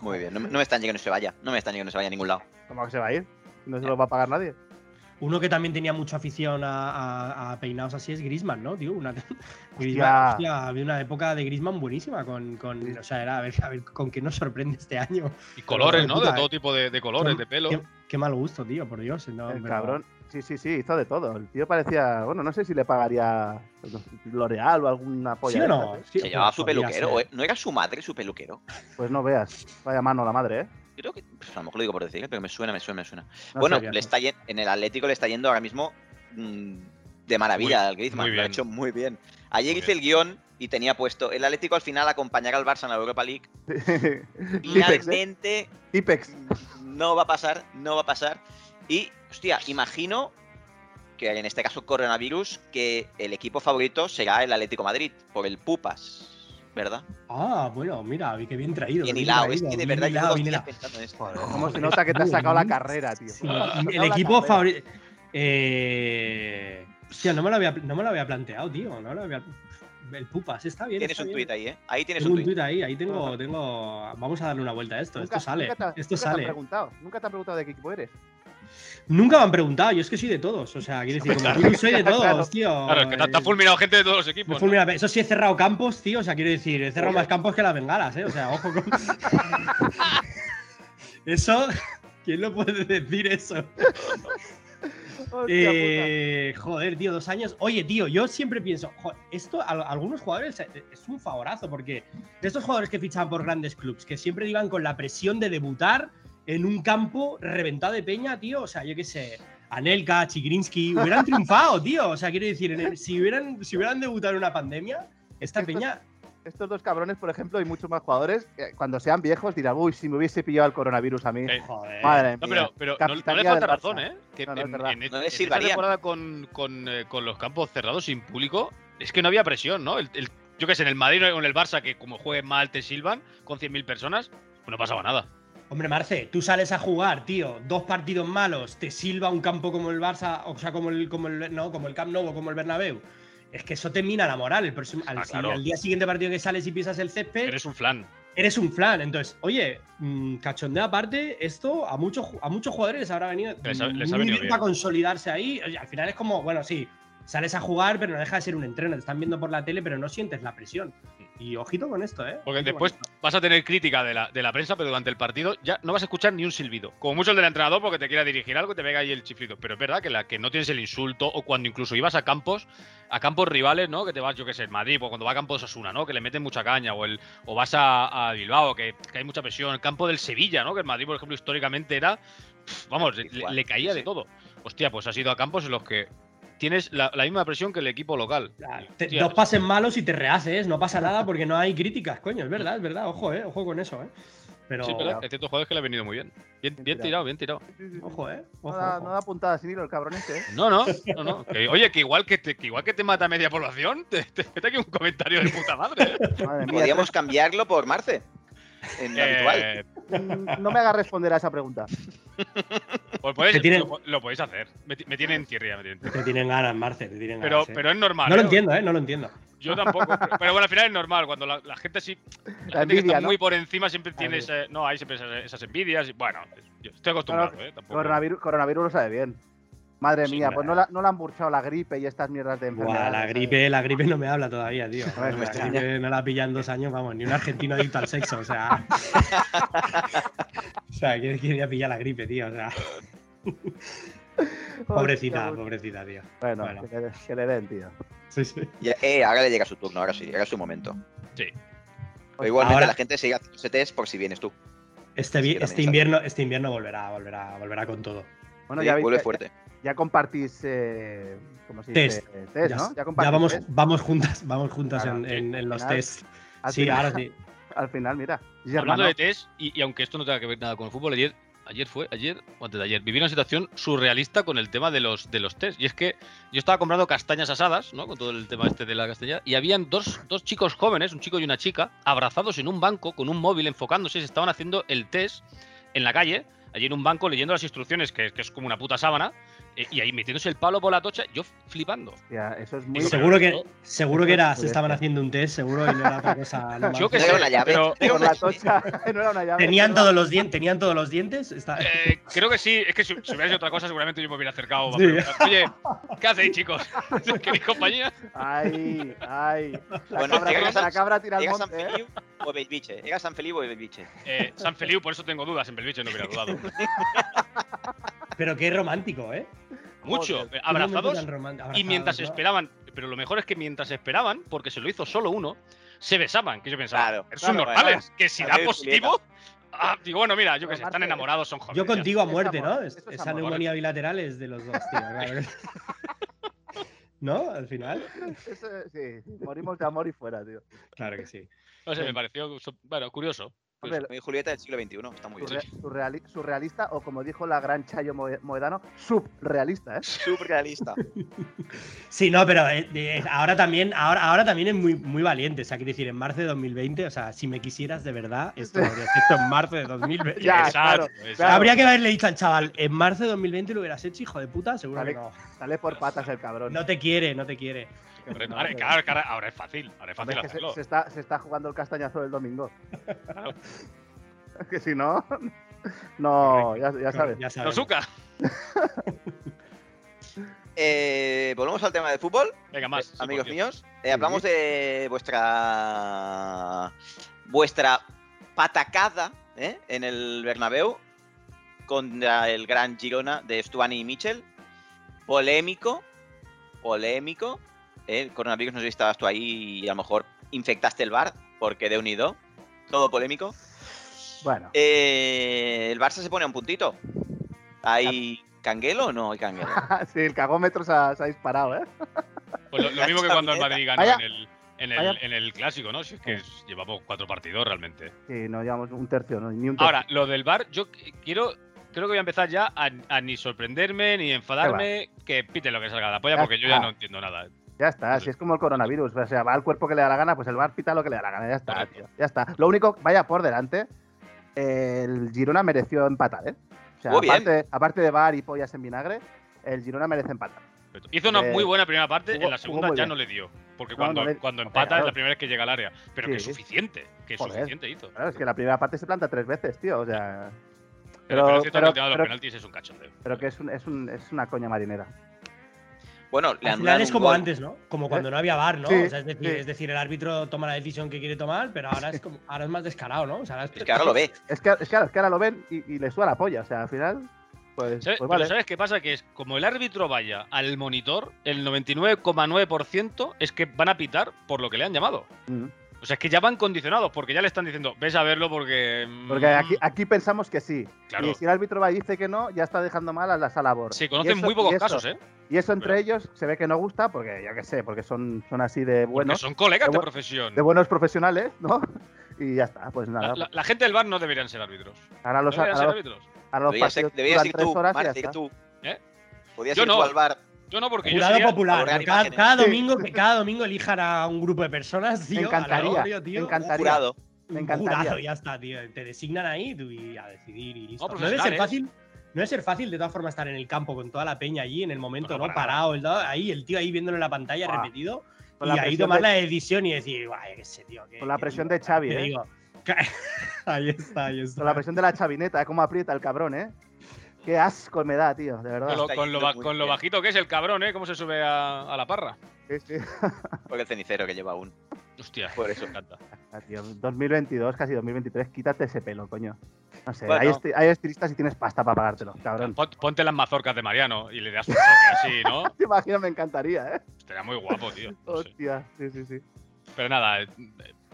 A: Muy bien. No, me- no me están llegando que no se vaya. No me están llegando que no se vaya a ningún lado.
C: ¿Cómo que se va a ir? No se lo va a pagar nadie.
E: uno que también tenía mucha afición a, a- a peinados así es Grisman, ¿no, tío? Una, <laughs> Griezmann, hostia, había una época de Grisman buenísima con, con-
C: Sí.
E: o sea, era a ver, a ver con qué nos sorprende este año.
F: Y colores,
E: Hijo
F: ¿no?
E: de
F: De
E: puta,
F: todo
E: eh.
F: tipo de, de colores, de pelo.
E: Qué, qué mal gusto, tío, por Dios. no,
C: el
E: pero-
C: cabrón. Sí, sí, sí, hizo de todo. El tío parecía. Bueno, no sé si le pagaría L'Oreal o alguna polla.
E: ¿Sí
C: de
E: o no?
C: estas, ¿eh?
E: Sí,
A: Se llevaba su
E: podría
A: peluquero.
E: ser.
A: ¿eh? ¿No era su madre su peluquero?
C: Pues no veas. Vaya mano la madre, ¿eh? <laughs>
A: Creo que. pues, a lo mejor lo digo por decir, ¿eh? pero me suena, me suena, me suena.
C: No
A: bueno,
C: sabía.
A: le está yen- en el Atlético le está yendo ahora mismo mm, de maravilla al Griezmann.
F: muy
A: Lo ha
F: bien.
A: hecho muy bien. Ayer
F: Muy
A: hice el guión y tenía puesto el Atlético al final acompañará al Barça en la Europa
E: <laughs>
A: League.
C: Tipex, ¿eh?
A: Finalmente
C: Tipex.
A: no va a pasar, no va a pasar. Y, hostia, imagino que en este caso coronavirus, que el equipo favorito será el Atlético Madrid, por el Pupas, ¿verdad?
E: Ah, bueno, mira, qué bien traído.
A: Bien
E: qué
A: hilado, es
E: traído,
A: que de
E: bien
A: verdad
E: hilado,
A: yo llevo dos días
E: bien hilado.
A: pensando en esto.
C: Cómo se nota que te has sacado la carrera, tío.
E: Sí,
C: Te has <laughs> sacado
E: el
C: la
E: equipo
C: carrera.
E: favorito. Eh, hostia, no me, lo había, no me lo había planteado, tío. No me lo había, el Pupas, está bien.
A: Tienes
E: está
A: un
E: bien.
A: tuit ahí, ¿eh? Ahí tienes
E: Tengo
A: un
E: un
A: tuit.
E: tuit ahí, ahí tengo, tengo. Vamos a darle una vuelta a esto.
C: Nunca-
E: esto sale.
C: nunca te-
E: esto
C: nunca Te han
E: sale.
C: preguntado, nunca te han preguntado de qué equipo eres.
E: Nunca me han preguntado, yo es que soy de todos. O sea, quiero decir, como tú
C: <laughs>
E: soy de todos,
C: Claro.
E: tío.
F: Claro, es que te, te ha
E: eh,
F: fulminado gente de todos los
E: me
F: equipos. ¿no?
E: fulmina- Eso sí he cerrado campos, tío. O sea, quiero decir, he cerrado
A: Joder.
E: más campos que las bengalas, eh. O sea, ojo
F: <laughs>
E: con. <laughs> eso. ¿Quién lo puede decir eso?
C: Hostia puta.
E: Eh, joder, tío, dos años. Oye, tío, yo siempre pienso, jo, esto a a algunos jugadores eh, es un favorazo, porque de estos jugadores que fichan por grandes clubs, que siempre iban con la presión de debutar en un campo reventado de peña, tío, o sea, yo qué sé, Anelka, Chigrinsky, hubieran triunfado, tío, o sea, quiero decir, en el- si, hubieran, si hubieran debutado en una pandemia,
C: Esto
E: esta
C: es-
E: peña
C: estos dos cabrones, por ejemplo, y muchos más jugadores, eh, cuando sean viejos dirán, uy, si me hubiese pillado el coronavirus a mí.
F: Eh,
C: Joder. Madre
F: No,
C: mía.
F: pero, pero no, no le
C: Capitanía
F: falta
C: del
F: razón,
C: Barça.
F: ¿eh? Que
C: No, no, es
F: en,
C: verdad.
F: en-
A: No
F: en
A: les
F: esta
A: silbarían.
F: temporada con, con, eh, con los campos cerrados sin público, es que no había presión, ¿no? El- el- yo qué sé, en el Madrid o en el Barça, que como juegues mal te silban con 100.000 personas, pues no pasaba nada.
E: Hombre, Marce, tú sales a jugar, tío, dos partidos malos, te silba un campo como el Barça, o sea, como el, como el, no, como el Camp Nou o como el Bernabéu. Es que eso te mina la moral. El próximo, al,
F: Ah,
E: si-
F: claro.
E: al día siguiente partido que sales y pisas el césped, eres,
F: Eres un flan.
E: un flan. Entonces, oye, mm, cachondeo aparte, esto a muchos, ju- a muchos jugadores les habrá venido
F: Les ha- les ha venido
E: muy bien,
F: bien.
E: para consolidarse ahí. Oye, al final es como, bueno, sí, sales a jugar, pero no deja de ser un entreno. Te están viendo por la tele, pero no sientes la presión. Y ojito con esto, ¿eh?
F: Mm. Porque
E: Ojito con
F: después
E: esto.
F: vas a tener crítica de la, de la prensa, pero durante el partido ya no vas a escuchar ni un silbido. Como mucho el del entrenador porque te quiera dirigir algo y te pega ahí el chiflido. Pero es verdad que la que no tienes el insulto, o cuando incluso ibas a campos, a campos rivales, ¿no? Que te vas, yo qué sé, en Madrid, o cuando va a campos Asuna, ¿no? Que le meten mucha caña, o el, o vas a, a Bilbao, que, que hay mucha presión, el campo del Sevilla, ¿no? Que el Madrid, por ejemplo, históricamente era. pf, Vamos, le,
A: Igual,
F: le caía
A: sí,
F: de
A: sí.
F: todo. Hostia, pues has ido a campos en los que tienes la, la misma presión que el equipo local.
E: Claro, te-
F: Hostia,
E: dos pases malos y te rehaces, no pasa nada porque no hay críticas, coño, es verdad, es verdad, ojo, eh, ojo con eso, eh. Pero,
F: Sí, es verdad, hay ciertos jugadores que le ha venido muy bien. Bien, bien tirado, bien tirado.
E: ojo, eh.
C: No
E: Ojo,
C: da,
E: ojo.
C: no da puntada sin hilo el cabrón este. ¿eh?
F: No, no, no, no. Que- oye, que igual que, te, que igual que te mata media población, te, te mete aquí un comentario de puta madre. ¿eh?
C: Madre mía,
A: Podríamos cambiarlo por Marce. En lo habitual.
F: Eh,
C: Mm, No me hagas responder a esa pregunta.
F: pues podéis-
E: Te tienen-
F: lo, lo podéis hacer. Me, ti- me tienen tirria, me tienen tirria.
E: Te tienen ganas, Marce, te tienen
F: Pero,
E: ganas. eh.
F: pero es normal.
E: no lo
F: ¿eh?
E: entiendo, eh, no lo entiendo.
F: Yo tampoco. Pero, pero bueno, al final es normal. Cuando la, la gente sí. La, gente que
C: envidia,
F: está
C: ¿no?
F: muy por encima siempre tiene
E: Claro.
F: ese- No, hay siempre esas, esas envidias. y Bueno, yo estoy acostumbrado, ¿eh? Tampoco.
C: Coronavirus, coronavirus lo sabe bien. Madre
F: Sí,
C: mía, pues
F: claro.
C: no, la- no le han burchado la gripe y estas mierdas de
E: Buah,
C: enfermedades.
E: la
C: ¿sabes?
E: gripe, la gripe no me habla todavía, tío.
C: eh, A ver, pues me
E: la
C: extraña.
E: gripe no la pillan dos años, vamos, ni un argentino adicto al sexo,
C: <laughs>
E: o sea. o sea, ¿quién quería pillar la gripe, tío? O sea, pobrecita,
C: Bueno,
E: pobrecita, tío.
C: Bueno,
E: bueno.
C: que le, que le den, tío.
E: Sí, sí.
A: Ya- eh, ahora le llega su turno, ahora sí, llega su momento.
F: Sí.
A: Pero igualmente
E: Ahora-
A: la gente sigue haciendo test por si vienes tú.
E: Este,
A: Sí,
E: vi-
A: también
E: este
A: está.
E: invierno, este invierno volverá, volverá, volverá con todo.
C: Bueno,
A: Sí,
C: ya, habéis-
A: vuelve
C: ya-
A: fuerte.
C: ya compartís. Eh, ¿Cómo se dice?
E: Test.
C: Eh, test, ¿no?
E: s-
C: compartís
E: vamos,
C: test.
E: vamos juntas, vamos juntas
C: Claro,
E: en,
C: sí,
E: en-
C: al
E: en los
C: final-
E: tests.
C: Al
E: Sí,
C: final- <laughs>
E: ahora sí.
C: Al final, mira.
F: Hablando
C: Germano.
F: de test, y, y aunque esto no tenga que ver nada con el fútbol, ayer, ayer fue, ayer o antes de ayer, viví una situación surrealista con el tema de los, de los test. Y es que yo estaba comprando castañas asadas, ¿no? Con todo el tema este de la castaña, y habían dos, dos chicos jóvenes, un chico y una chica, abrazados en un banco con un móvil enfocándose, y se estaban haciendo el test en la calle, allí en un banco, leyendo las instrucciones, que, que es como una puta sábana, eh, y ahí metiéndose el palo por la tocha, yo flipando.
C: Hostia, eso es muy.
F: Digo,
E: Seguro que,
F: pero-
E: seguro que era, se
C: Joder.
E: estaban haciendo un test, seguro que no era
F: <laughs>
E: otra cosa. no
F: Yo
E: más.
F: que
A: No
F: sé,
A: era una llave.
F: pero-
A: era
C: Por
A: una
C: la
A: llave.
C: tocha. <laughs> no era una llave.
E: Tenían
C: pero-
E: todos los dientes, tenían todos los dientes. Está-
F: Eh, creo que sí, es que si, si hubiera sido otra cosa, seguramente yo me hubiera acercado. a
E: Sí.
F: preguntar, Oye, ¿qué hacéis, chicos? <laughs> ¿Queréis compañía?
C: Ay, ay. La,
A: Bueno,
C: cabra,
A: llegas a-
C: la cabra tira al
A: Llega San
C: monte. ¿eh?
A: Feliu o Belviche. Llega San Feliu o Belviche.
F: Eh, San Feliu, por eso tengo dudas. En Belviche no hubiera
C: <laughs>
F: dudado.
E: <laughs> Pero qué romántico, ¿eh?
F: Mucho.
C: Joder.
F: eh,
E: Qué momento
F: Abrazados
E: tan román-
F: y
E: abrazados,
F: mientras
E: ¿no?
F: esperaban. Pero lo mejor es que mientras esperaban, porque se lo hizo solo uno, se besaban. Que yo pensaba,
A: Claro,
F: pero son
A: claro,
F: normales. Que si da
A: Romeo y
F: positivo. ah, digo, bueno, mira, yo que sé,
C: Pero
F: están
C: Marce,
F: enamorados, son jóvenes.
E: Yo
F: ya
E: contigo a muerte,
C: amor,
E: ¿no?
C: esto es
E: Esa
C: amor.
E: neumonía bilateral es de los dos, tío. claro.
C: <laughs>
E: ¿No? Al final.
C: <laughs> Eso- sí, morimos de amor y fuera, tío.
E: Claro que sí.
F: está. No sé, me pareció bueno, curioso.
C: Hombre,
A: Muy Julieta del siglo XXI. Está Pues muy bien.
C: surre- surreali- surrealista o como dijo la gran Chayo Moe- Moedano, subrealista, ¿eh?
A: Surrealista.
E: Sí, no, pero eh, eh, ahora también, ahora, ahora también es muy, muy valiente. O sea, quiero decir, en marzo de 2020, o sea, si me quisieras de verdad, esto
C: <laughs>
E: lo habrías hecho en marzo de 2020.
C: Ya,
F: Exacto,
C: claro,
F: exacto.
C: claro.
E: Habría que haberle dicho al chaval, en marzo de 2020 lo hubieras hecho, hijo de puta, seguro
C: Vale.
E: que no.
C: Sale por patas el cabrón.
E: No te quiere, no te quiere.
F: Hombre,
C: No,
F: ahora-
C: pero-
F: claro, que ahora- ahora es fácil. Ahora es
C: Hombre,
F: fácil
C: es que
F: hacerlo.
C: se, se está, se está jugando el castañazo del domingo. <laughs> que si no. <laughs> No, ya, ya sabes.
E: Ya sabes.
F: Nozuka.
A: Eh, Volvemos al tema del fútbol.
F: Venga, más.
A: Eh,
F: sí,
A: amigos
F: por Dios.
A: míos. Eh, hablamos de vuestra vuestra patacada ¿eh? en el Bernabéu contra el gran Girona de Stuani y Mitchell. Polémico, polémico. ¿eh? El coronavirus, no sé si estabas tú ahí y a lo mejor infectaste el bar porque de unido. Todo polémico.
C: Bueno, <laughs>
A: Eh, el Barça se pone a un puntito. ¿Hay canguelo o no hay
E: <laughs>
A: canguelo?
C: sí, el cagómetro se ha, se ha disparado, ¿eh?
F: Pues lo, lo mismo que cuando el Madrid ganó
C: Vaya.
F: en el, en el, en el clásico, ¿no? Si es que llevamos cuatro partidos realmente.
C: Sí, no llevamos un tercio, no, ni un tercio.
F: Ahora, lo del bar, yo quiero. Creo que voy a empezar ya a, a ni sorprenderme ni enfadarme que pite lo que salga de la polla,
C: Ya
F: porque yo ya
C: está.
F: no entiendo nada.
C: Ya está, si es como el coronavirus, o sea, va al cuerpo que le da la gana, pues el bar pita lo que le da la gana, ya está,
F: Correcto.
C: tío, ya está. Lo único, vaya por delante, el Girona mereció empatar, ¿eh? O sea,
A: Muy bien.
C: aparte, aparte de bar y pollas en vinagre, el Girona merece empatar.
F: Perfecto. Hizo una
C: Eh,
F: muy buena primera parte,
C: jugó-
F: en la
C: jugó
F: segunda
C: muy
F: ya
C: bien.
F: no le dio. Porque
C: No,
F: cuando,
C: no le-
F: cuando
C: no,
F: empata es
C: claro.
F: la primera vez que llega al área. Pero que es
C: Sí.
F: suficiente, que es
C: Joder.
F: suficiente hizo.
C: Claro, es que la primera parte se planta tres veces, tío, o sea, Pero-
F: Pero, pero, cierto,
C: pero-
F: el tema de los
C: pero-
F: penaltis es un cachondeo.
C: pero que es, un- es, un- es una coña marinera.
A: Bueno, le
E: Al
A: han
E: final
A: dado
E: es
A: un
E: como
A: gol.
E: antes, ¿no? Como cuando no había bar, ¿no?
C: Eh, Sí,
E: O sea, es, decir,
C: sí.
E: es decir, el árbitro toma la decisión que quiere tomar, pero ahora es, como, ahora es más descarado, ¿no? O sea, ahora
A: Es que ahora lo ve.
C: Es que, es que, es que ahora lo ven y, y le suda la polla, o sea, al final, pues,
F: ¿Sabes?
C: pues
F: Pero
C: vale.
F: ¿sabes qué pasa? Que es como el árbitro vaya al monitor, el 99,9% es que van a pitar por lo que le han llamado.
C: Mm.
F: O sea, es que ya van condicionados, porque ya le están diciendo, ves a verlo porque. mm,
C: Porque aquí, aquí pensamos que sí.
F: Claro.
C: Y si el árbitro va y dice que no, ya está dejando mal a la sala labor.
F: Se
C: Y
F: conocen
C: eso-
F: muy
C: y
F: pocos
C: eso-
F: casos, ¿eh? Porque
C: Y eso entre
F: Pero-
C: ellos se ve que no gusta, porque yo qué sé, porque son, son así de buenos,
F: son colegas
C: de
F: de
C: bu-
F: profesión.
C: de buenos profesionales, ¿no? <laughs> Y ya está, pues nada.
F: la, la- la gente del bar no deberían ser árbitros.
C: ahora
F: No
C: los,
F: deberían ser
C: ahora los,
F: árbitros.
C: ahora los
A: Deberías ser,
C: partidos
A: deberías
C: duran
A: ir
C: tres
A: tú,
C: horas y ya
A: Marce, ir
C: está.
A: tú.
F: ¿Eh?
A: Podías
F: Yo
A: ir
F: no.
A: tú al bar.
F: Yo no, porque yo
E: Jurado
F: sería-
E: popular.
A: ahorrar
E: ¿no? Cada,
A: imágenes.
E: cada
C: Sí.
E: domingo, que cada domingo elijan a un grupo de personas, tío.
C: Me encantaría,
E: a la hora, tío,
C: me encantaría.
A: Jurado.
E: un
C: me encantaría.
E: jurado, ya está, tío. Te designan ahí tú, y a decidir y listo.
F: No,
E: No,
F: profesional,
E: debe ser
F: ¿eh?
E: fácil. No debe ser fácil, de todas formas, estar en el campo con toda la peña allí en el momento,
F: No,
E: ¿no?
F: no, para
E: Parado, el dado- ahí, el tío ahí viéndolo en la pantalla
C: Buah.
E: repetido.
C: Con
E: y
C: la
E: ahí
C: presión
E: tomar
C: de-
E: la decisión y decir, guay, qué sé, tío. qué-
C: Con la
E: qué
C: presión
E: digo,
C: de Xavi,
E: qué
C: ¿eh?
E: digo". <laughs> ahí está, ahí está.
C: Con la presión de la chavineta, cómo aprieta el cabrón, ¿eh? Qué asco me da, tío, de
F: Con
C: verdad.
F: lo,
A: Está
F: con lo
A: yendo
F: ba-
A: muy
F: con lo
A: bien.
F: bajito que es el cabrón, ¿eh? ¿Cómo se sube a, a la parra?
C: Sí, sí.
A: Porque el cenicero que lleva aún.
F: Hostia,
A: Por eso.
F: me encanta.
C: Ah, tío, 2022, casi 2023, quítate ese pelo, coño. No sé,
A: Bueno.
C: hay, esti- hay estilistas y tienes pasta para pagártelo, <laughs> cabrón.
F: Pon- Ponte las mazorcas de Mariano y le das un toque así, ¿no?
C: Te imaginas, me encantaría, ¿eh?
F: Estaría muy guapo, tío. No sé.
C: Hostia, sí, sí, sí.
F: Pero nada, eh,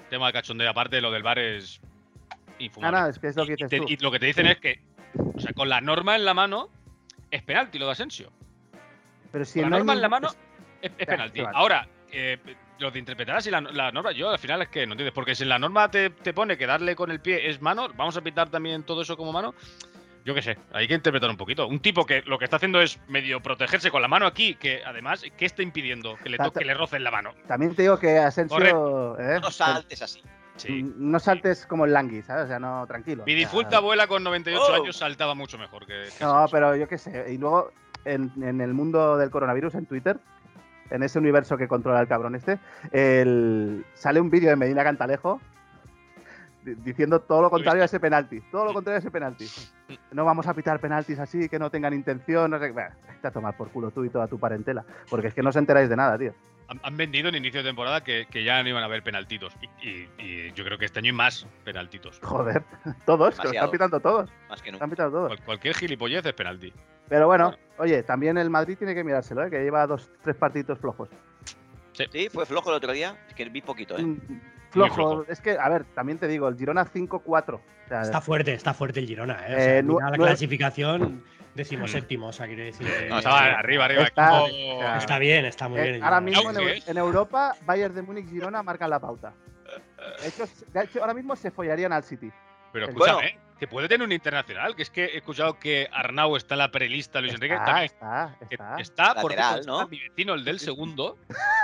F: tema de cachondeo aparte, lo del bar es
C: Ah,
F: infumable.
C: no, es que es lo que
F: y,
C: dices
F: te-
C: tú.
F: y lo que te dicen es que, o sea, con la norma en la mano, es penalti lo de Asensio.
C: Pero si
F: Con la
C: no hay
F: norma en la
C: ningún-
F: mano, es, es
C: Ya,
F: penalti.
C: sí, vale.
F: Ahora, eh, lo de interpretar si la, la norma, yo al final es que no entiendes, porque si en la norma te, te pone que darle con el pie es mano, vamos a pintar también todo eso como mano. Yo qué sé, hay que interpretar un poquito. Un tipo que lo que está haciendo es medio protegerse con la mano aquí, que además, ¿qué está impidiendo? Que le,
C: Ta-
F: to-
C: ta-
F: que le rocen la mano.
C: También te digo que Asensio. ¿eh?
A: No saltes así.
F: Sí.
C: Mm, No saltes como el Langui, ¿sabes? O sea, no, tranquilo.
F: Bidifulta
C: O sea,
F: abuela con 98
A: Oh.
F: años saltaba mucho mejor que. que
C: No,
F: Sánchez.
C: pero yo qué sé. Y luego, en, en el mundo del coronavirus, en Twitter, en ese universo que controla el cabrón este, el- sale un vídeo de Medina Cantalejo di- diciendo todo lo contrario a ese penalti. Todo lo contrario a ese penalti. No vamos a pitar penaltis así, que no tengan intención, no sé qué. Bueno, vete a tomar por culo tú y toda tu parentela. Porque es que no os enteráis de nada, tío.
F: Han, han vendido en inicio de temporada que, que ya no iban a haber penaltitos. Y, y- y yo creo que este año hay más penaltitos.
C: Joder, <laughs> todos, que lo
A: Demasiado.
C: están pitando todos.
A: Más que
C: Están
A: nunca.
C: pitando todos.
F: Cual- cualquier gilipollez es penalti.
C: Pero bueno, oye, también el Madrid tiene que mirárselo, ¿eh? que lleva dos, tres partidos flojos.
A: Sí, fue flojo el otro día. Es que vi poquito, ¿eh?
C: Mm, Flojos.
F: flojo.
C: Es que, a ver, también te digo, el Girona 5-4. O sea,
E: Está fuerte, está fuerte el Girona, ¿eh? O
C: Eh,
E: sea,
C: nu-
E: mira la
C: nu-
E: clasificación, decimoséptimo, o sea, quiere decir. que-
F: Mm. No, estaba arriba, arriba.
C: Eh, Está-
F: como-
C: está-
E: Está bien, está muy
C: eh,
E: bien. el
C: ahora
E: Girona,
C: mismo en,
E: ¿eh?
C: Eu- en Europa, Bayern de Múnich Girona marcan la pauta. De hecho, se- de hecho, ahora mismo se follarían al City.
F: Pero
A: Bueno.
F: escúchame, ¿eh? que puede tener un internacional. Que es que he escuchado que Arnau está en la prelista, Luis Enrique.
C: Está,
F: también
C: está,
F: que-
C: está.
F: está, porque
A: Lateral,
F: está
A: ¿no?
F: mi vecino, el del segundo.
C: <laughs>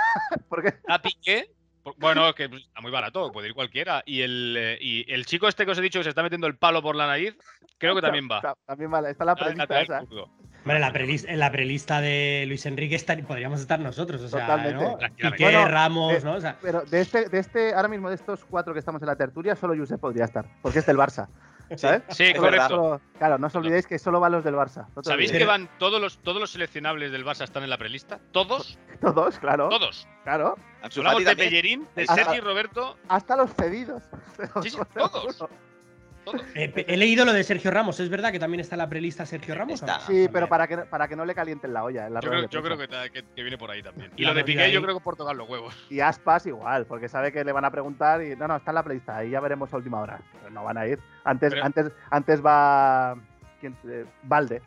C: Porque
F: a Piqué. por- Bueno, es que pues, está muy barato, puede ir cualquiera. Y el, eh, y el chico este que os he dicho que se está metiendo el palo por la nariz, creo que también va.
C: ta- También vale, está la
F: Ah,
C: prelista
F: lateral
C: esa.
F: zurdo.
E: Hombre, en la, prelis- en la prelista de Luis Enrique estar- podríamos estar nosotros, o sea,
C: Totalmente.
E: ¿no?
F: Tranquilamente.
E: Piqué,
C: Bueno,
E: Ramos,
C: eh,
E: ¿no? O sea,
C: Pero de este, de este, ahora mismo de estos cuatro que estamos en la tertulia, solo Josep podría estar, porque es del Barça. ¿Sabes?
F: Sí,
A: Es
F: correcto.
C: Solo- claro, no os olvidéis que solo van los del Barça. No te olvidéis.
F: ¿Sabéis que van todos los, todos los seleccionables del Barça están en la prelista? Todos,
C: Todos, claro.
F: todos.
C: Claro.
A: Ansu Fati
F: Hablamos de
A: también.
F: Pellerín, de
A: Ah,
F: Sergi Roberto.
C: Hasta los cedidos. Te lo
F: Sí, sí,
C: juro, te lo <laughs>
F: todos.
C: juro.
F: todos.
E: eh, pe- he leído lo de Sergio Ramos, ¿es verdad que también está en la prelista Sergio Ramos? o no?
A: Está.
C: Sí, pero para que, para que no le calienten la olla. en la
F: Ah, Yo creo,
C: rueda de
F: yo creo
C: prensa.
F: que, ta- que- que viene por ahí también. Y
E: Ya
F: lo de
E: no, mira
F: Piqué, yo
E: ahí.
F: creo que por tocar los huevos.
C: Y Aspas igual, porque sabe que le van a preguntar y no, no, está en la playlista y ya veremos a última hora. Pero no van a ir. Antes,
F: Pero-
C: antes, antes va. ¿quién? Eh, Valde.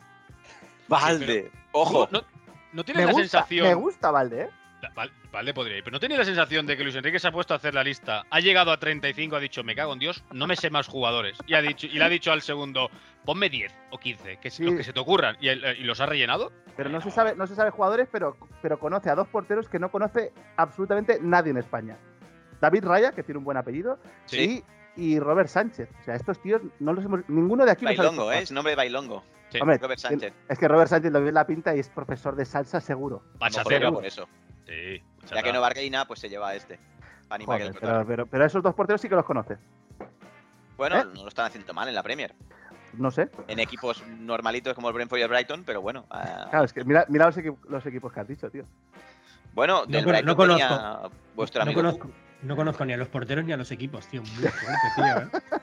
A: Valde. Ojo.
F: No, no
C: Me
F: tienen la
C: gusta,
F: sensación.
C: me gusta Valde, ¿eh?
F: Vale, vale, podría ir. Pero ¿no tenía la sensación de que Luis Enrique se ha puesto a hacer la lista? Ha llegado a 35, ha dicho, me cago en Dios, no me sé más jugadores. Y, ha dicho, y le ha dicho al segundo, ponme 10 o 15, que, sí. los que se te ocurran. ¿Y, eh, ¿Y, los ha rellenado?
C: Pero no, se sabe no se sabe jugadores, pero, pero conoce a dos porteros que no conoce absolutamente nadie en España. David Raya, que tiene un buen apellido, sí. y, y Robert Sánchez. O sea, estos tíos no los hemos... Ninguno de aquí...
A: Bailongo, los ¿eh? Es nombre de Bailongo.
C: Sí. Hombre, Robert Sánchez. Es que Robert Sánchez lo ve en la pinta y es profesor de salsa seguro.
A: Bachacero por eso.
F: Sí.
A: Ya que no Barguina, pues se lleva a este. Para
C: Joder, a pero, pero, pero, esos dos porteros sí que los conoces.
A: Bueno, ¿Eh? no lo están haciendo mal en la Premier.
C: No sé.
A: En equipos normalitos como el Brentford y el Brighton, pero bueno. Uh...
C: Claro, es que mira, mira los, equip los, equipos que has dicho, tío.
A: Bueno, del no, Brighton no conozco, tenía vuestro amigo.
E: No conozco, no conozco, ni a los porteros ni a los equipos, tío. Muy fuerte, tío. ¿eh?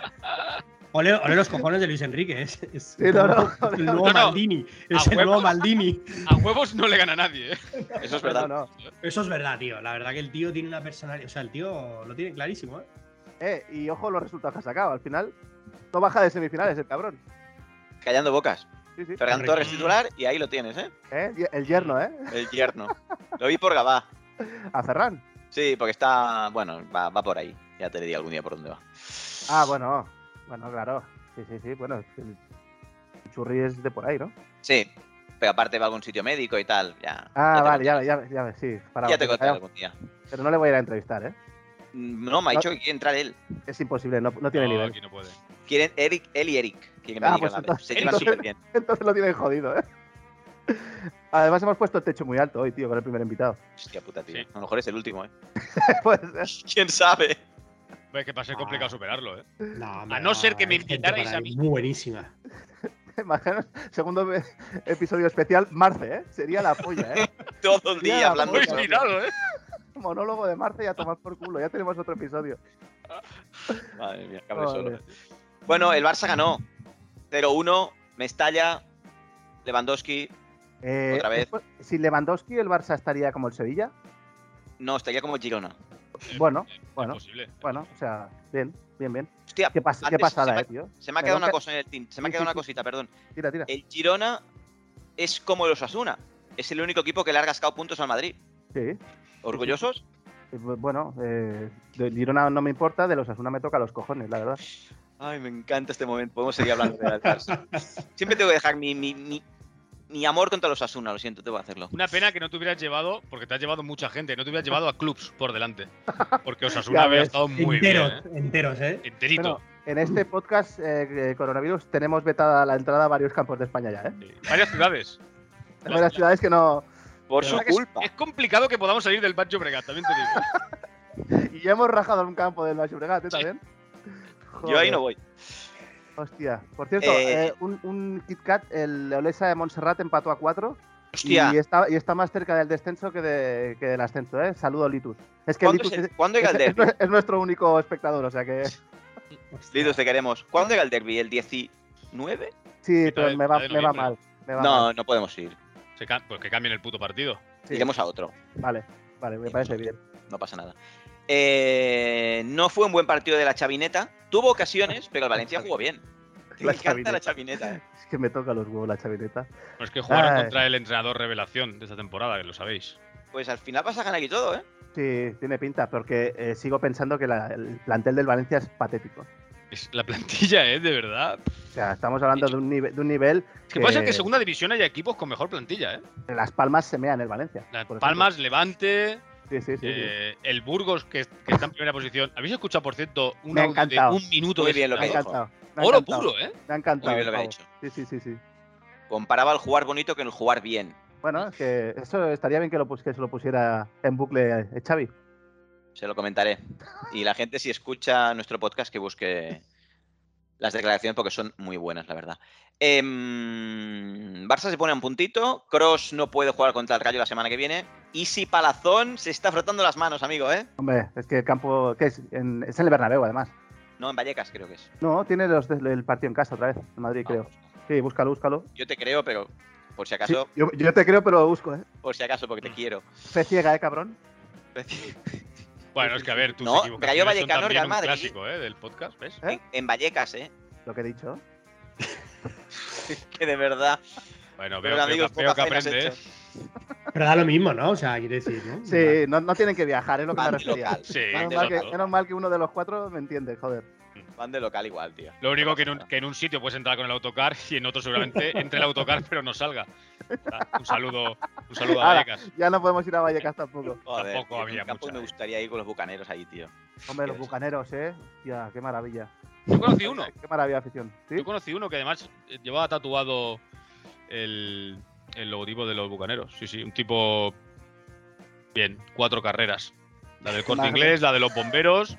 E: Ole, ole, los cojones de Luis Enrique. ¿eh? Es, es sí, no, no, no, el nuevo Maldini. Es el nuevo Maldini.
F: A huevos no le gana a nadie. ¿eh?
A: Eso es verdad.
E: Eso es verdad, tío. La verdad que el tío tiene una personalidad. O sea, el tío lo tiene clarísimo, ¿eh?
C: Eh, y ojo los resultados que ha sacado. Al final, no baja de semifinales el cabrón.
A: Callando bocas. Sí, sí. Ferran Torres titular y ahí lo tienes, ¿eh?
C: ¿eh? El yerno, ¿eh?
A: El yerno. lo vi por Gabá.
C: ¿A Ferran?
A: Sí, porque está. Bueno, va, va por ahí. Ya te diré algún día por dónde va.
C: Ah, bueno. Bueno, claro. Sí, sí, sí. Bueno, el churri es de por ahí, ¿no?
A: Sí. Pero aparte va a algún sitio médico y tal. Ya,
C: ah, ya vale, ya, ya, ya, sí.
A: Para ya te contaré algún día.
C: Pero no le voy a ir a entrevistar, ¿eh?
A: No, me ha dicho no, que quiere entrar él.
C: Es imposible, no, no tiene
F: no,
C: nivel.
F: Aquí no puede.
A: Quieren Eric, él y Eric. Quieren ah, pues
C: entonces, Se llevan súper bien. <laughs> Entonces lo tienen jodido, ¿eh? <laughs> Además hemos puesto el techo muy alto hoy, tío, con el primer invitado. <laughs>
A: Hostia puta, tío. Sí. A lo mejor es el último, ¿eh? <laughs>
C: pues,
A: ¿Quién sabe?
F: Pues que va a ser complicado ah, superarlo, ¿eh? No, a no ser que me invitarais a mí.
E: Muy buenísima.
C: <laughs> Imaginaos, segundo e-, episodio especial, Marce, ¿eh? Sería la polla, <laughs> ¿eh?
A: Todo el día hablando.
F: Muy mirado, ¿eh?
C: Monólogo de Marce y a tomar por culo. Ya tenemos otro episodio.
A: Madre mía, cabrón vale. solo. Bueno, el Barça ganó. 0-1, Mestalla, Lewandowski.
C: Eh, otra vez. Después, sin Lewandowski, el Barça estaría como el Sevilla.
A: No, estaría como el Girona.
C: Bueno, eh, bueno, posible, bueno, o sea, bien, bien, bien.
A: Hostia,
C: qué, pas qué pasada,
A: se
C: eh, tío.
A: Se me ha quedado una cosa en el team, se me ha quedado una cosita, perdón.
C: Tira, tira.
A: El Girona es como el Osasuna, es el único equipo que le ha rascado puntos al Madrid.
C: Sí. eh,
A: ¿Orgullosos?
C: Bueno, eh, de Girona no me importa, de los Asuna me toca los cojones, la verdad.
A: Ay, me encanta este momento, podemos seguir hablando de la <laughs> Siempre tengo que dejar mi, mi, mi mi amor contra los Asuna, lo siento, te voy a hacerlo.
F: Una pena que no te hubieras llevado, porque te has llevado mucha gente, no te hubieras llevado a clubs por delante.
A: <laughs>
F: Porque Osasuna había estado muy
E: enteros,
F: bien.
E: ¿eh? Enteros, ¿eh?
F: Enterito. Bueno,
C: en este podcast, eh, coronavirus, tenemos vetada la entrada a varios campos de España ya, ¿eh? Sí.
F: Varias ciudades.
C: En varias ciudades que no.
A: <laughs> Por su culpa.
F: Es, es, complicado que podamos salir del Bacho Bregat, también te
C: digo. y ya hemos rajado un campo del Bacho Bregat, ¿eh? También.
A: Sí. Yo ahí no voy.
C: Hostia. Por cierto, eh, eh, un, un, Kit Kat, el Olesa de Montserrat empató a 4.
A: Hostia.
C: Y está, y está más cerca del descenso que, de, que del ascenso, ¿eh? Saludo, Litus.
A: Es que ¿Cuándo, Litus es, el, ¿cuándo <laughs> llega
C: es,
A: el derby?
C: Es, es, nuestro único espectador, o sea que.
A: Hostia. Litus, te queremos. ¿Cuándo llega el derby? ¿El 19?
C: Sí, pero me va, me va mal. Me va
A: no,
C: mal.
A: no podemos ir.
F: Se pues que cambien el puto partido.
A: Sí. Iremos a otro.
C: Vale, vale, me parece bien.
A: No pasa nada. Eh, no fue un buen partido de la chavineta. Tuvo ocasiones, pero el Valencia jugó bien. <laughs> La encanta chavineta. la chavineta. Eh.
C: Es que me toca los huevos la chavineta.
F: No, es que jugaron
A: Ah.
F: Ay. contra el entrenador revelación de esta temporada, que lo sabéis.
A: Pues al final vas a ganar y todo, ¿eh?
C: Sí, tiene pinta, porque eh, sigo pensando que la, el plantel del Valencia es patético.
F: Es la plantilla, ¿eh? De verdad.
C: O sea, estamos hablando de un, nivel, de un nivel.
F: Es que, que... puede
A: Eh.
F: ser que en segunda división haya equipos con mejor plantilla, ¿eh?
C: Las Palmas se mean el Valencia.
F: Las Palmas, ejemplo. Levante.
C: Sí, sí, sí,
F: eh, el Burgos, que, que, está en primera posición. ¿Habéis escuchado, por cierto, un audio de un minuto?
A: Muy bien lo que
C: me ha encantado.
F: Oro puro, ¿eh?
C: Me ha encantado.
A: Muy bien lo que ha dicho.
C: Sí, sí, sí, sí.
A: Comparaba el jugar bonito con el jugar bien.
C: Bueno, es que eso estaría bien que, lo, que se lo pusiera en bucle eh, Xavi.
A: Se lo comentaré. Y la gente, si escucha nuestro podcast, que busque las declaraciones porque son muy buenas, la verdad. Eh, Barça se pone a un puntito. Cross no puede jugar contra el Rayo la semana que viene. Y si Palazón se está frotando las manos, amigo, ¿eh?
C: Hombre, es que el campo. ¿Qué es? En, es en el Bernabéu, además.
A: No, en Vallecas creo que es.
C: No, tiene los, el partido en casa otra vez, en Madrid, no, creo. No. Sí, búscalo, búscalo.
A: Yo te creo, pero. Por si acaso. Sí,
C: yo, yo, te creo, pero lo busco, ¿eh?
A: Por si acaso, porque te quiero.
C: Fe ciega, ¿eh, cabrón?
A: Fe ciega.
F: Bueno, es que a ver, tú
A: no, Rayo Vallecano, Real Madrid.
F: clásico, ¿eh? Del podcast, ¿ves?
A: ¿Eh? En, en, Vallecas, ¿eh?
C: Lo que he dicho.
A: que de verdad.
F: Bueno, veo, Pero, veo, amigos, veo, veo que aprende.
E: Pero da lo mismo, ¿no? O sea, quiere decir, ¿no?
C: Sí, no, no tienen que viajar, es lo que me
A: Van de
C: refería.
A: local.
F: Sí,
A: Van
C: Menos
A: de
C: mal, que,
A: local.
C: menos mal que uno de los cuatro me entiende, joder.
A: Van de local igual, tío.
F: Lo único que en, un, que en un sitio puedes entrar con el autocar y en
A: <laughs>
F: otro seguramente entre el autocar pero no salga. Ah, Un saludo, un saludo a
C: Ahora.
F: Vallecas.
C: Ya no podemos ir a Vallecas tampoco.
A: Joder,
F: Tampoco
A: tío,
F: había
A: en campo
F: mucha
A: me
F: ¿eh? gente.
A: gustaría ir con los bucaneros ahí, tío.
C: Hombre, los
F: Dios.
C: bucaneros, ¿eh? Ya, qué maravilla.
F: Yo conocí uno,
C: Qué maravilla de afición. ¿Sí?
F: yo conocí uno que además eh, llevaba tatuado el, el logotipo de los bucaneros. Sí, sí, un tipo. Bien, cuatro carreras: la del corte
C: Madre.
F: inglés, la de los bomberos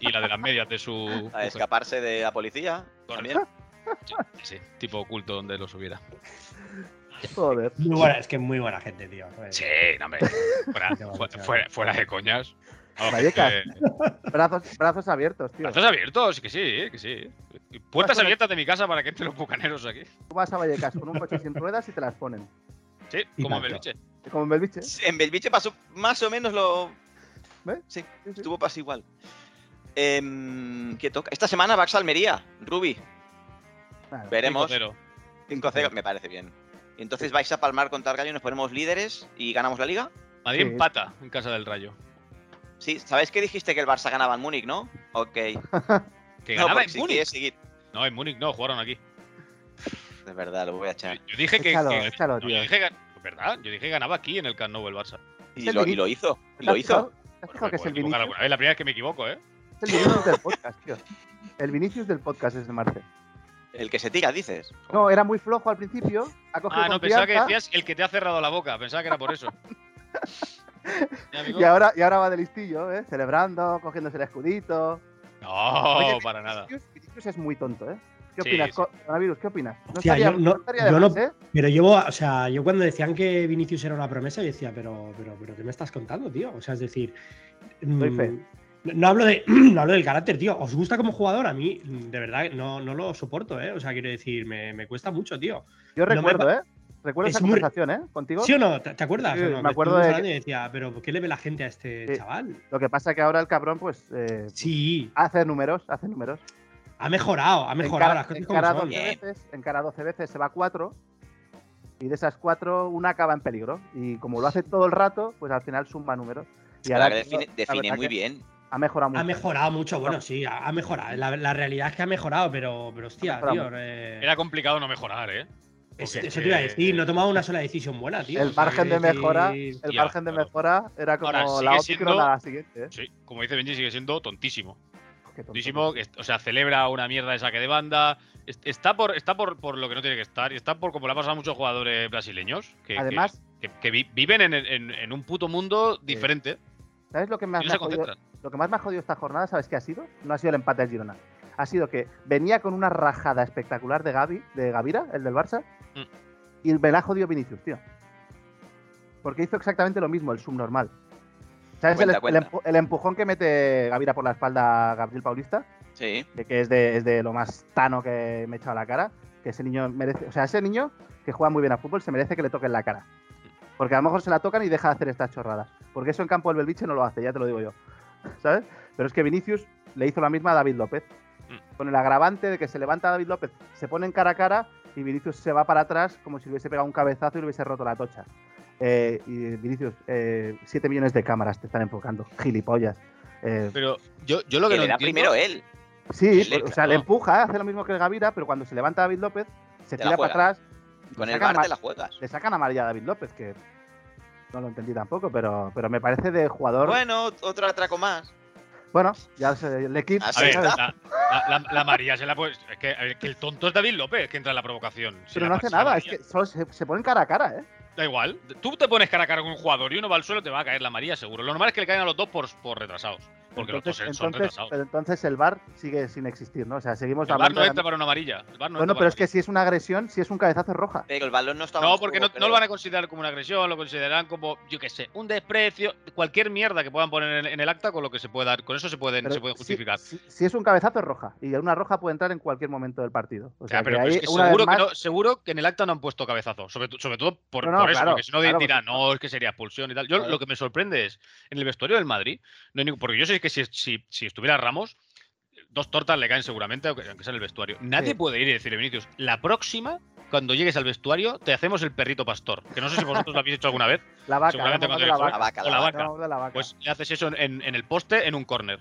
F: y la de las medias
A: <laughs>
F: de su.
A: A escaparse de la policía también.
F: Sí, tipo oculto donde los hubiera. <laughs>
C: Joder.
E: Muy buena, es que es muy buena gente, tío. Joder.
F: Sí, no,
C: <laughs>
F: hombre. Fuera,
E: Qué
F: fu-
E: barbaridad.
F: fuera- fuera de coñas. Vamos,
C: Vallecas.
F: eh,
C: Brazos, brazos abiertos, tío.
F: brazos abiertos, que sí, que sí. Y Puertas abiertas de mi casa para que entren los bucaneros aquí.
C: Tú vas a Vallecas con un coche sin ruedas y te las ponen.
F: Sí,
E: Y
F: como
E: tanto.
F: Beliche.
C: Como en Belviche.
A: En Belviche pasó más o menos lo.
C: ¿Ves?
A: Sí,
C: sí.
A: estuvo casi igual. Em, ¿Qué toca? Esta semana Barça Almería, Rubi.
C: Claro.
A: Veremos.
F: 5-0.
A: 5-0, me parece bien. Entonces vais a palmar contra el Gallo, nos ponemos líderes y ganamos la liga.
F: Madrid
C: Sí.
F: empata en casa del Rayo.
A: Sí, ¿sabéis que dijiste que el Barça ganaba en Múnich, no? Ok.
F: Que
A: <laughs> No,
F: ganaba
A: porque
F: en
A: si
F: Múnich.
A: quieres seguir.
F: No, en Múnich no, jugaron aquí.
A: De verdad, lo voy a echar.
F: Yo dije que.
C: Échalo,
F: que-
C: échalo,
F: no,
C: tío.
F: yo dije que- ¿Verdad? Yo dije que ganaba aquí en el Camp Nou el Barça.
A: Y lo, y lo hizo. y lo
C: ¿Te has
A: hizo.
C: fijado- ¿Te has
F: Bueno, pues
C: fijado
F: me
C: que es
F: puedo
C: el
F: equivocar
C: Vinicius?
F: alguna vez, la primera vez que me equivoco, ¿eh?
C: Es el Vinicius del podcast, tío. El Vinicius del podcast es de Marce.
A: El que se tira, dices.
C: No, era muy flojo al principio. Ha cogido
F: Ah, no, pensaba que
C: confianza
F: decías el que te ha cerrado la boca. Pensaba que
C: <laughs>
F: era por eso. Ya, amigo.
C: y ahora, y ahora va de listillo, ¿eh? Celebrando, cogiéndose el escudito.
F: No,
C: Oye,
F: para nada.
C: Vinicius, Vinicius es muy tonto, ¿eh? ¿Qué
F: Sí,
C: opinas,
F: sí.
C: co- coronavirus? ¿Qué opinas? No
E: Hostia,
C: estaría,
E: yo no-
C: no estaría de
E: yo no-
C: más, ¿eh?
E: Pero llevo, o sea, yo cuando decían que Vinicius era una promesa, yo decía, pero, pero, pero, ¿qué me estás contando, tío? O sea, es decir,
C: Doy fe.
E: mm, no- no hablo de, <clears throat> no hablo del carácter, tío. ¿Os gusta como jugador? A mí, mm, de verdad, no, no lo soporto, ¿eh? O sea, quiero decir, me, me cuesta mucho, tío.
C: Yo
E: me
C: recuerdo,
E: pa-
C: ¿eh? Recuerdo
E: Es
C: esa
E: muy-
C: conversación, ¿eh? Contigo.
E: ¿Sí o no? ¿Te, te acuerdas?
C: Sí,
E: o no?
C: me
E: Que
C: acuerdo
E: estuvimos
C: de
E: hablando y decía, pero ¿por qué le ve la gente a este
C: Sí.
E: chaval?
C: Lo que pasa que ahora el cabrón, pues, eh,
E: Sí,
C: hace números, hace números.
E: ha mejorado, ha mejorado las cosas como
C: encara
E: son.
C: 12
A: Bien.
C: veces, encara 12 veces, se va 4. Y de esas 4, una acaba en peligro. Y como lo hace todo el rato, pues al final suma números. Y
A: Ahora
C: ahora
A: que define,
C: la
A: define
C: verdad
A: muy
C: que
A: bien.
C: Ha mejorado mucho.
E: Ha mejorado mucho, bueno, sí, ha ha mejorado. La, la realidad es que ha mejorado, pero, pero
C: Ha
E: hostia,
C: mejorado
E: tío. eh,
F: Era complicado no mejorar, ¿eh?
E: Eso,
F: Porque
E: eso te iba a
F: es que-
E: decir, no he tomado una sola decisión buena, tío.
C: el
E: O sea,
C: margen de
E: quiero decir- <laughs>
C: mejora, el
F: Hostia,
C: margen de
F: claro.
C: mejora era como
F: Ahora, sigue
C: la otra
F: siendo-
C: la siguiente. ¿eh?
F: Sí, como dice Benji, sigue siendo tontísimo.
C: Qué tonto.
F: Tontísimo, que es- o sea, celebra una mierda de saque de banda. Es- Está por, está por, por lo que no tiene que estar. y Está por como le ha pasado a muchos jugadores brasileños. Que, que-
C: Además,
F: que, que vi- viven en, en- en un puto mundo diferente.
C: ¿sabes lo que más
F: y
C: Ah, me ha
F: no se
C: jodido?
F: concentran.
C: Lo que más me ha jodido esta jornada, ¿sabes qué ha sido? No ha sido el empate del Girona. Ha sido que venía con una rajada espectacular de Gavi, de Gavira, el del Barça,
F: Mm.
C: y me la ha jodido Vinicius, tío. Porque hizo exactamente lo mismo, el subnormal. ¿Sabes el,
A: Cuenta,
C: el
A: cuenta.
C: empu- el empujón que mete Gavira por la espalda a Gabriel Paulista?
A: Sí.
C: de que es de, es de lo más tano que me he echado a la cara, que ese niño merece, o sea, ese niño que juega muy bien a fútbol se merece que le toquen la cara. Porque a lo mejor se la tocan y deja de hacer estas chorradas. Porque eso en campo del Belviche no lo hace, ya te lo digo yo. ¿Sabes? Pero es que Vinicius le hizo la misma a David López. Con el agravante de que se levanta David López, se ponen cara a cara y Vinicius se va para atrás como si le hubiese pegado un cabezazo y le hubiese roto la tocha. Eh, y Vinicius, 7 millones de cámaras te están enfocando, gilipollas. Eh,
F: Pero yo, yo lo que
A: que
F: no
A: le da
F: entiendo-
A: primero ¿eh? él.
C: Sí,
A: El
C: pero,
A: Lex,
C: o sea, le
A: ¿no?
C: empuja, hace lo mismo que el Gavira, pero cuando se levanta David López, se
A: Te la
C: tira para
A: juega.
C: atrás. y
A: Con
C: le
A: el
C: sacan
A: bar te
C: ama-
A: la juegas.
C: Le sacan amarilla a David López, que no lo entendí tampoco, pero, pero me parece de jugador. Bueno,
A: Bueno, ot- otro atraco más.
C: ya se, el equipo.
F: A
A: Así
F: ver,
A: está.
C: ¿sabes?
F: la, la, la- la María se la pues. Es que, a ver, que el tonto es David López que entra en la provocación. Se
C: Pero
F: la
C: no
F: pasa
C: hace
F: a
C: nada, es
F: María.
C: que solo se, se ponen cara a cara, ¿eh?
F: Da igual. Tú te pones cara a cara con un jugador y uno va al suelo, te va a caer la María, seguro. Lo normal es que le caigan a los dos por, por retrasados. Porque los dos son
C: entonces,
F: retrasados.
C: pero entonces el bar sigue sin existir, ¿no? O sea, seguimos
F: El bar
C: hablando.
F: no
C: de la-
F: entra para una amarilla. El VAR no
C: Pues bueno,
F: entra
C: pero
F: para
C: es que si es una agresión, si es un cabezazo es roja.
A: Pero el balón no estaba.
F: No, porque no, no lo van a considerar como una agresión, lo consideran como, yo qué sé, un desprecio, cualquier mierda que puedan poner en, en el acta con lo que se puede dar, con eso se pueden,
C: Pero
F: se pueden
C: si-
F: justificar.
C: Si, si es un cabezazo es roja, y una roja puede entrar en cualquier momento del partido. O
F: O
C: sea,
F: sea, Ah, pero
C: que
F: pero
C: ahí,
F: es que
C: una vez
F: seguro,
C: más,
F: que no- seguro que en el acta no han puesto cabezazo, sobre, to- sobre todo por,
C: No, no,
F: por eso,
C: claro,
F: porque si no di-
C: claro, por
F: dirán, no, es que sería expulsión y tal. Yo
C: Claro.
F: lo que me sorprende es, en el vestuario del Madrid, no hay ningún- porque yo sé que si, si- si estuviera Ramos, dos tortas le caen seguramente, aunque aunque sea en el vestuario. Nadie
C: Sí.
F: puede ir y decirle, Vinicius, la próxima cuando llegues al vestuario, te hacemos el perrito pastor. Que no sé si vosotros lo habéis hecho alguna vez.
C: La vaca.
F: Seguramente
C: vamos
F: cuando
C: de
A: La
F: llegues
A: vaca,
F: o
A: la
F: la
A: vaca.
F: vaca.
C: Vamos de la vaca.
F: Pues le haces eso en, en el poste, en un córner.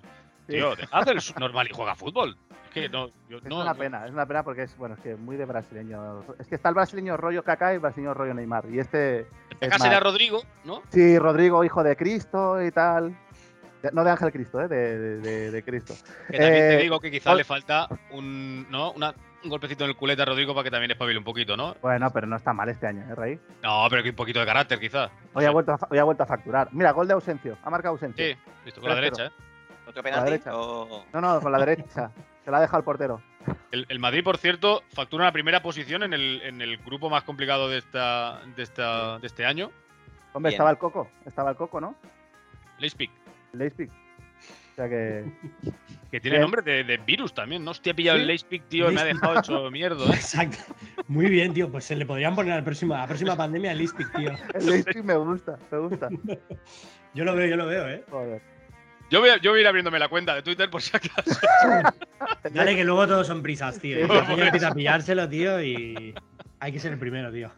C: Sí.
F: Tío, dejad el normal y juega a fútbol. Es que no, yo-
C: es
F: no-
C: una pena, es una pena porque es, bueno, es que muy de brasileño. Es que está el brasileño rollo Kaká y el brasileño rollo Neymar. Y este,
F: Acá
C: Es
F: será
C: más.
F: Rodrigo, ¿no?
C: sí, Rodrigo, hijo de Cristo y tal. De- No de Ángel Cristo, ¿eh? de, de- de- de Cristo.
F: Que también te
C: Eh,
F: digo que quizá
C: Ol-
F: le falta un, ¿no? Una- un golpecito en el culete a Rodrigo para que también espabile un poquito, ¿no?
C: Bueno, pero no está mal este año, ¿eh, Rey?
F: No, pero que un poquito de carácter, quizá.
C: Hoy ha vuelto a, fa- hoy ha vuelto a facturar. Mira, gol de Ausencio. Ha marcado Ausencio.
F: Sí, listo, con la
C: Tres,
F: derecha, ¿eh?
A: ¿Otro penalti? Oh,
C: derecha.
A: O-
C: No, no, con la derecha. Se la ha dejado el portero.
F: El, el Madrid, por cierto, factura una primera posición en el, en el grupo más complicado de, esta, de, esta, de este año.
C: Hombre,
A: Bien.
C: estaba el coco. Estaba el coco, ¿no?
F: Leipzig,
C: El Leipzig. O sea
F: <laughs>
C: que.
F: que tiene
C: Bien.
F: nombre de, de virus también, ¿no? Hostia, he pillado el Leipzig, tío, y me ha
E: Leipzig.
C: <laughs>
F: dejado hecho mierda, ¿eh?
E: Exacto. Muy bien, tío. Pues se le podrían poner a la próxima, a la próxima pandemia el ISPIC, tío.
C: El Leipzig me gusta, me gusta.
E: Yo lo veo, yo lo veo, eh.
C: Joder.
F: Yo voy, a, yo voy a ir abriéndome la cuenta de Twitter por si acaso.
E: Dale que luego todos son prisas, tío. Y
C: Sí,
E: la
F: por
E: peña empieza a pillárselo, tío, y hay que ser el primero, tío.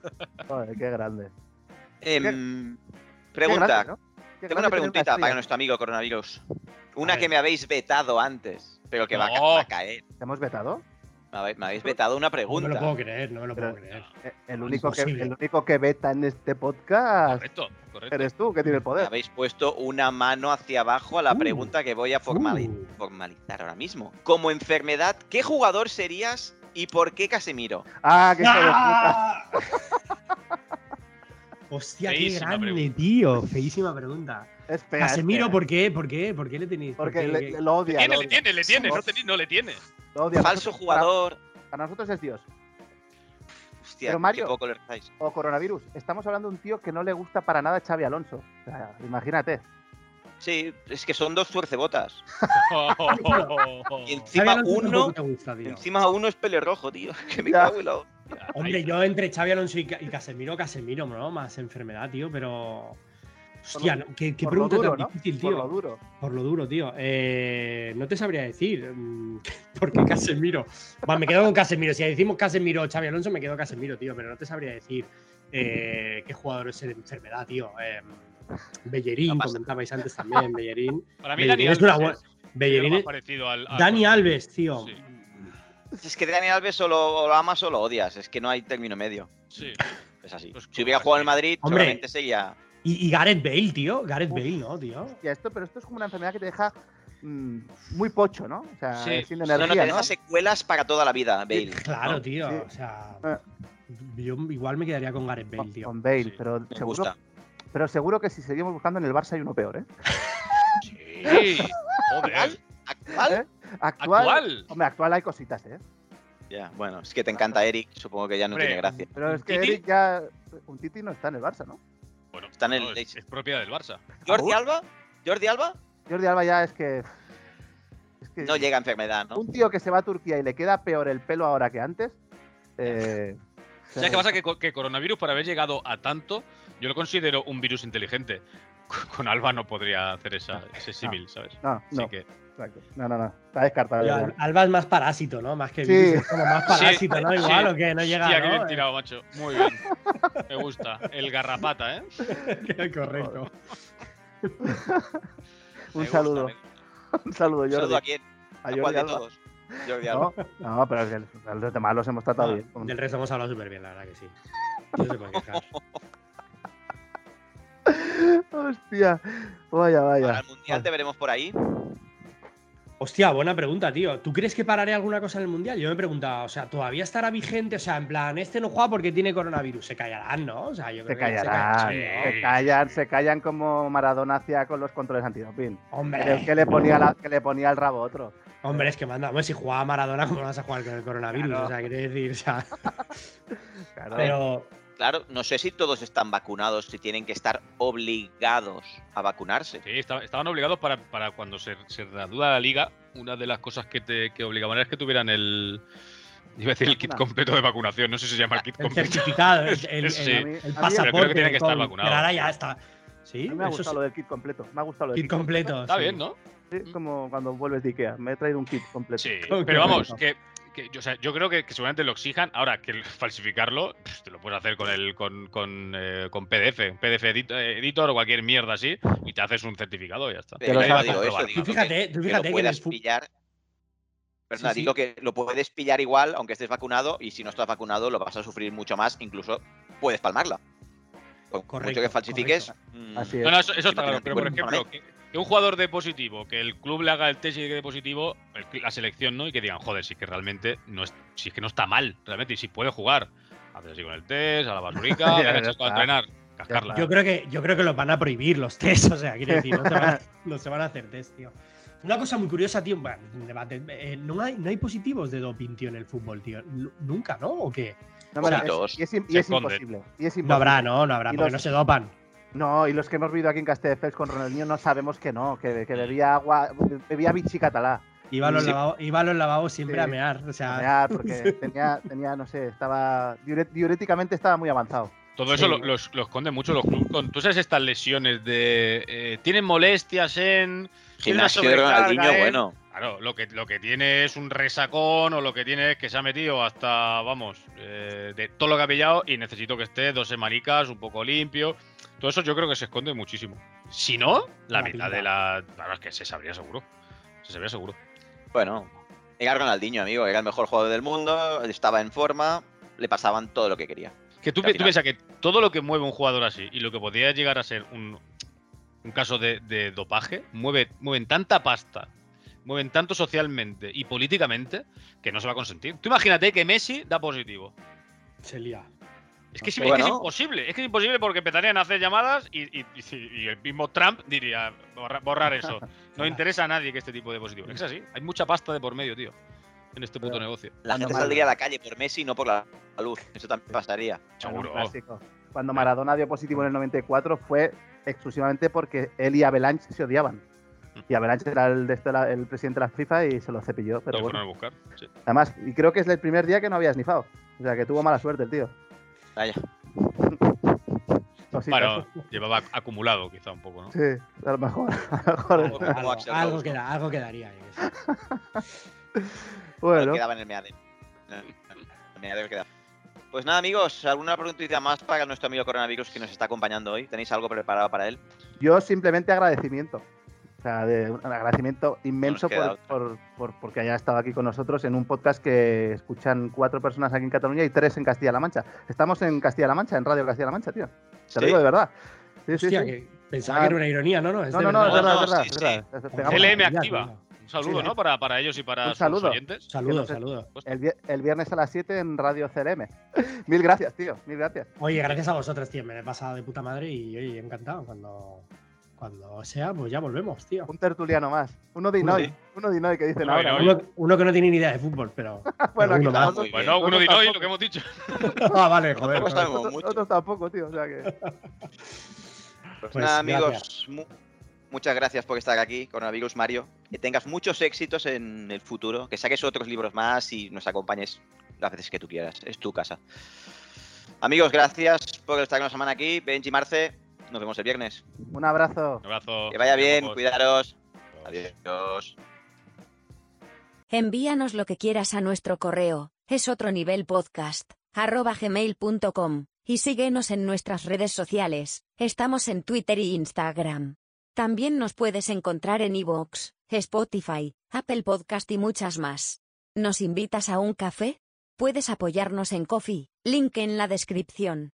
C: Joder, qué grande.
A: Em,
C: Qué
A: pregunta.
C: grande, ¿no? Qué
A: Tengo una
C: grande tener una
A: preguntita para
C: estrella.
A: nuestro amigo coronavirus.
E: A
A: Una
E: ver.
A: que me habéis vetado antes, pero que va, a, ca-
F: No.
A: va a caer.
C: ¿Te hemos vetado?
A: Me habe- me habéis vetado una
E: No me lo puedo
A: pregunta.
E: creer, no me lo puedo creer.
C: Eh, El único, que,
E: Imposible.
C: el único que veta en este podcast
F: Correcto, correcto.
C: eres tú, que tiene el
A: Me
C: poder.
A: habéis puesto una mano hacia abajo a la
E: Uh.
A: pregunta que voy a formali-
E: Uh.
A: formalizar ahora mismo. Como enfermedad, ¿qué jugador serías y por qué Casemiro?
C: Ah, que hijo de puta.
E: ¡Ah! <laughs> Hostia, qué
F: Feísima
E: grande,
F: pregunta.
E: tío. Feísima pregunta.
C: Es fea, es
E: Casemiro,
C: fea.
E: ¿por qué? ¿Por qué? ¿Por qué le tenéis? por
C: Porque
E: qué?
C: le- le- lo odia.
F: Tiene,
C: lo
F: le
C: odia,
F: tiene, le tiene, no, teni- no
C: <laughs>
F: le tiene.
C: lo odia.
A: Falso
C: Nosotros-
A: jugador.
C: Para, para nosotros es Dios.
A: Hostia,
C: Pero Mario-
A: qué poco lo estáis.
C: O coronavirus. Estamos hablando de un tío que no le gusta para nada a Xavi Alonso. O sea, imagínate.
A: Sí, es que son dos suercebotas.
F: Oh,
A: Y
E: Xabi
A: encima
E: Alonso tampoco
A: uno,
E: te gusta, tío.
A: encima uno es pelirrojo, tío. <laughs> Que me
C: Ya.
A: cago en la-
E: Hombre, yo entre Xavi Alonso y, Ca- y Casemiro, Casemiro, no, más enfermedad, tío, pero. Hostia, no, qué, qué
C: Por lo
E: pregunta
C: duro,
E: tan
C: ¿no?
E: difícil, tío.
C: Por lo duro.
E: Por lo duro, tío. Eh, no te sabría decir. mm, <laughs> ¿Por qué Casemiro? Va, me quedo con Casemiro. Si decimos Casemiro o Xavi Alonso, me quedo Casemiro, tío. Pero no te sabría decir eh, qué jugador es de enfermedad, tío. Eh, Bellerín,
A: No pasa.
E: comentabais antes también, Bellerín.
F: Para mí,
E: Bellerín
F: Dani
E: es una
F: Alves
E: buena-
F: es-
E: Bellerín
F: lo
E: es-
F: más parecido al, al-
E: Dani Alves, tío.
F: Ah, Sí,
A: Es que Dani Alves solo lo amas o lo odias. Es que no hay término medio.
F: sí.
A: Es así.
F: Pues,
A: si hubiera
F: ¿cómo
A: jugado en
F: así?
A: Madrid,
E: Hombre.
A: seguramente sería.
E: Y, y Gareth Bale, tío. Gareth Bale, ¿no, tío?
C: Y esto, pero esto es como una enfermedad que te deja mm, muy pocho, ¿no? O sea,
F: Sí.
C: sin
A: No,
C: energía,
A: no,
C: ¿no?
A: te deja secuelas para toda la vida, Bale.
E: Claro,
A: ¿no?
E: tío.
C: Sí.
E: O sea,
C: Eh.
E: yo igual me quedaría con Gareth Bale,
C: Con-
E: tío.
C: Con Bale,
F: Sí,
C: pero,
A: Me
C: seguro,
A: gusta.
C: pero seguro que si seguimos buscando en el Barça hay uno peor, ¿eh?
F: Sí. Joder.
A: ¿Actual?
C: ¿Eh? Actual,
F: Actual.
C: Hombre, actual hay cositas, ¿eh?
A: Ya, bueno, es que te encanta Eric, supongo que ya no
F: Hombre.
A: tiene gracia.
C: Pero es que
F: ¿Titi?
C: Eric ya. Un Titi no está en el Barça, ¿no?
F: Bueno,
A: Está en el
F: no, es,
A: Leipzig.
F: es propiedad del Barça.
A: ¿Jordi
C: ¿Aún?
A: Alba? ¿Jordi Alba?
C: Jordi Alba ya es que. es que
A: No llega a enfermedad, ¿no?
C: Un tío que se va a Turquía y le queda peor el pelo ahora que antes. Eh,
F: ¿Sabes qué pasa? Que, co- que coronavirus, para haber llegado a tanto, yo lo considero un virus inteligente. <laughs> Con- Con Alba no podría hacer esa, ese símil, ¿sabes?
C: No,
F: Así
C: no,
F: que.
C: exacto. no, no, no. Está descartado.
E: Pero
C: ya.
E: Al- Alba es más parásito, ¿no? Más que
C: Sí. <laughs>
E: virus, es como más
F: Sí,
E: parásito, ¿no? Igual,
F: sí.
E: o que no llega,
F: Hostia, qué
E: ¿no?
F: bien
E: <laughs>
F: tirado, macho. Muy bien. Me gusta. El garrapata, ¿eh?
E: Correcto.
C: un
F: Me gusta,
C: saludo.
F: me gusta.
C: Un saludo,
A: Un saludo a
C: Jordi.
A: quién,
C: A
A: a
C: Jordi
A: cuál de
C: Alba.
A: todos. Jordi Alba.
C: No, no, pero es que a los demás los hemos tratado
E: Ah,
C: bien. Con-
E: Del resto hemos hablado súper bien, la verdad que sí. No se puede quejar.
C: <laughs> Hostia. Vaya,
A: Para
C: vaya.
A: el mundial te veremos por ahí.
E: Hostia, buena pregunta, tío. ¿Tú crees que pararé alguna cosa en el mundial? Yo me preguntaba, o sea, ¿todavía estará vigente? O sea, en plan, este no juega porque tiene coronavirus. Se callarán, ¿no? O sea, yo
C: Se
E: creo que
C: callarán,
E: callarán,
C: se
E: ¿no?
C: callan, se callan como Maradona hacía con los controles antidoping. El
E: Hombre,
C: que le ponía, la- que le ponía el rabo a otro.
E: hombre, es que manda. Hombre, si jugaba Maradona, ¿cómo no vas a jugar con el coronavirus?
C: Claro.
E: O sea, quiere decir, o sea.
C: Claro.
E: Pero,
A: Claro, no sé si todos están vacunados, si tienen que estar obligados a vacunarse.
F: Sí, esta- estaban obligados para, para cuando se, se reanuda la liga. Una de las cosas que te que obligaban es que tuvieran el. Iba a decir el kit
C: Vacuna.
F: completo de vacunación. No sé si se llama el kit
E: El
F: completo.
E: <laughs> certificado, el, el-
F: Sí.
E: el-
F: A
C: mí-
E: el
C: a mí-
E: pasaporte.
F: Pero creo que tiene que estar
E: con-
F: vacunado.
E: Pero ahora ya está. Sí,
C: A mí me ha
E: eso
C: gustado
E: sí.
C: lo del kit completo. Me ha gustado lo del
E: Kit completo.
F: Está
E: sí.
F: bien, ¿no?
C: Sí, Es como cuando vuelves de Ikea. Me he traído un kit completo.
F: Sí,
E: Creo que
F: pero vamos,
C: no.
F: que, que yo, o sea, yo creo que, que, seguramente lo exijan. Ahora, que falsificarlo, pues, te lo puedes hacer con el con, con, eh, con PDF, un PDF edit, editor o cualquier mierda así, y te haces un certificado y ya está.
A: Pero yo digo eso, digo,
E: tú fíjate,
A: que, tú
E: fíjate que
A: lo puedas pillar. Perdona, sí, sí. digo que lo puedes pillar igual, aunque estés vacunado, y si no estás vacunado, lo vas a sufrir mucho más, incluso puedes palmarla. Con correcto, mucho que falsifiques. mm,
F: Mmm, así es. No, no, eso, eso está claro, pero por ejemplo, que, que un jugador de positivo, que el club le haga el test y que de positivo, el, la selección no, y que digan, joder, si es que realmente no es, si es que no está mal, realmente, y si puede jugar. Haces así con el test, a la <laughs> basurica, a entrenar, cascarla.
E: Yo creo que, yo creo que los van a prohibir los test, o sea, quiero decir, no se van a, no se van a hacer test, tío. Una cosa muy curiosa, tío, bueno, debate, eh, no, hay, no hay positivos de doping, tío, en el fútbol, tío. Nunca, ¿no? ¿O qué?
C: No, bueno, es, y, es, y, es imposible, y es, imposible.
E: No habrá, no, no habrá, y porque los, no se dopan.
C: No, y los que hemos vivido aquí en Castelldefels con Ronaldinho no sabemos que no, que, que bebía agua, bebía bichi catalá.
E: Iba a los, sí. lavabos, iba a los lavabos siempre sí. a mear, o sea...
C: A mear,
E: <laughs>
C: porque tenía, tenía, no sé, estaba... Diuréticamente estaba muy avanzado.
F: Todo eso sí. lo, los, los esconden mucho los clubes. Tú sabes estas lesiones de... Eh, tienen molestias en...
A: Gimnasio de Ronaldinho, en, bueno.
F: Claro, lo que, lo que tiene es un resacón o lo que tiene es que se ha metido hasta, vamos, eh, de todo lo que ha pillado y necesito que esté dos semanicas, un poco limpio. Todo eso yo creo que se esconde muchísimo. Si no, la, la mitad pinta. de la. Claro, es que se sabría seguro. Se sabría seguro.
A: Bueno, era Ronaldinho, amigo. Era el mejor jugador del mundo, estaba en forma, le pasaban todo lo que quería.
F: Que tú, tú piensas que todo lo que mueve un jugador así y lo que podría llegar a ser un, un caso de, de, dopaje, mueve, mueven tanta pasta, mueven tanto socialmente y políticamente que no se va a consentir. Tú imagínate que Messi da positivo.
E: Se lía.
F: Es que, es, bueno. es que, es, imposible, es que es imposible porque empezarían a hacer llamadas y, y, y el mismo Trump diría borra, borrar eso. No interesa a nadie que este tipo de positivo. Es así, hay mucha pasta de por medio, tío, en este puto Pero negocio.
A: La gente saldría a la calle por Messi, no por la luz. Eso también pasaría.
F: Seguro. Oh,
C: Cuando Maradona dio positivo en el 94 fue exclusivamente porque él y Avalanche se odiaban. Y Avalanche era el, el, presidente de la FIFA y se lo cepilló. Pero bueno.
F: A buscar, sí.
C: Además, y creo que es el primer día que no había snifado. O sea, que tuvo mala suerte el tío. <laughs>
A: Vaya.
F: No, sí, bueno, no. llevaba acumulado quizá un poco, ¿no?
C: Sí, a lo mejor. <laughs> A lo mejor
E: algo, algo, algo, queda, algo, quedaría. eh.
A: bueno. Quedaba en el meadero. El meadero quedaba. Pues nada, amigos, ¿alguna preguntita más para nuestro amigo coronavirus que nos está acompañando hoy? ¿Tenéis algo preparado para él?
C: Yo simplemente agradecimiento. O sea, de, un agradecimiento inmenso por, por, por, porque haya estado aquí con nosotros en un podcast que escuchan cuatro personas aquí en Cataluña y tres en Castilla-La Mancha. Estamos en Castilla-La Mancha, en Radio Castilla-La Mancha, tío. Te ¿Sí? lo digo de verdad.
E: Sí, Hostia, sí, que pensaba ah, que era una ironía, ¿no? No,
C: no, no, no, es verdad, no, es verdad. Es
F: verdad. LM activa saludo, sí, ¿no? Para, para, ellos y para
C: un saludo.
F: sus oyentes.
E: Saludos, saludos.
C: El, el, viernes a las 7 en Radio CLM. <laughs> mil gracias, tío. Mil gracias.
E: Oye, gracias a vosotros, tío. Me lo he pasado de puta madre y oye, encantado. Cuando, cuando sea, pues ya volvemos, tío.
C: Un tertuliano más. Uno de Inoy. Sí. Uno de Inoy que dicen
E: uno
C: ahora.
E: Uno, uno, que no tiene ni idea de fútbol, pero.
C: <laughs>
E: <laughs>
C: bueno,
F: uno más. bueno, uno de Inoy, lo que hemos dicho. <laughs>
E: ah, vale, joder.
C: Otros, otros, mucho. otros tampoco, tío. O sea que.
A: Pues, pues nada, amigos. Gracias muchas gracias por estar aquí, Coronavirus Mario. Que tengas muchos éxitos en el futuro, que saques otros libros más y nos acompañes las veces que tú quieras. Es tu casa. Amigos, gracias por estar una semana aquí. Benji Marce, nos vemos el viernes.
C: Un abrazo.
F: Un abrazo.
A: Que vaya bien, cuidaros. Adiós.
B: Envíanos lo que quieras a nuestro correo, es otro nivel podcast, arroba gmail.com, y síguenos en nuestras redes sociales, estamos en Twitter y Instagram. También nos puedes encontrar en iVoox, Spotify, Apple Podcast y muchas más. ¿Nos invitas a un café? Puedes apoyarnos en Coffee, link en la descripción.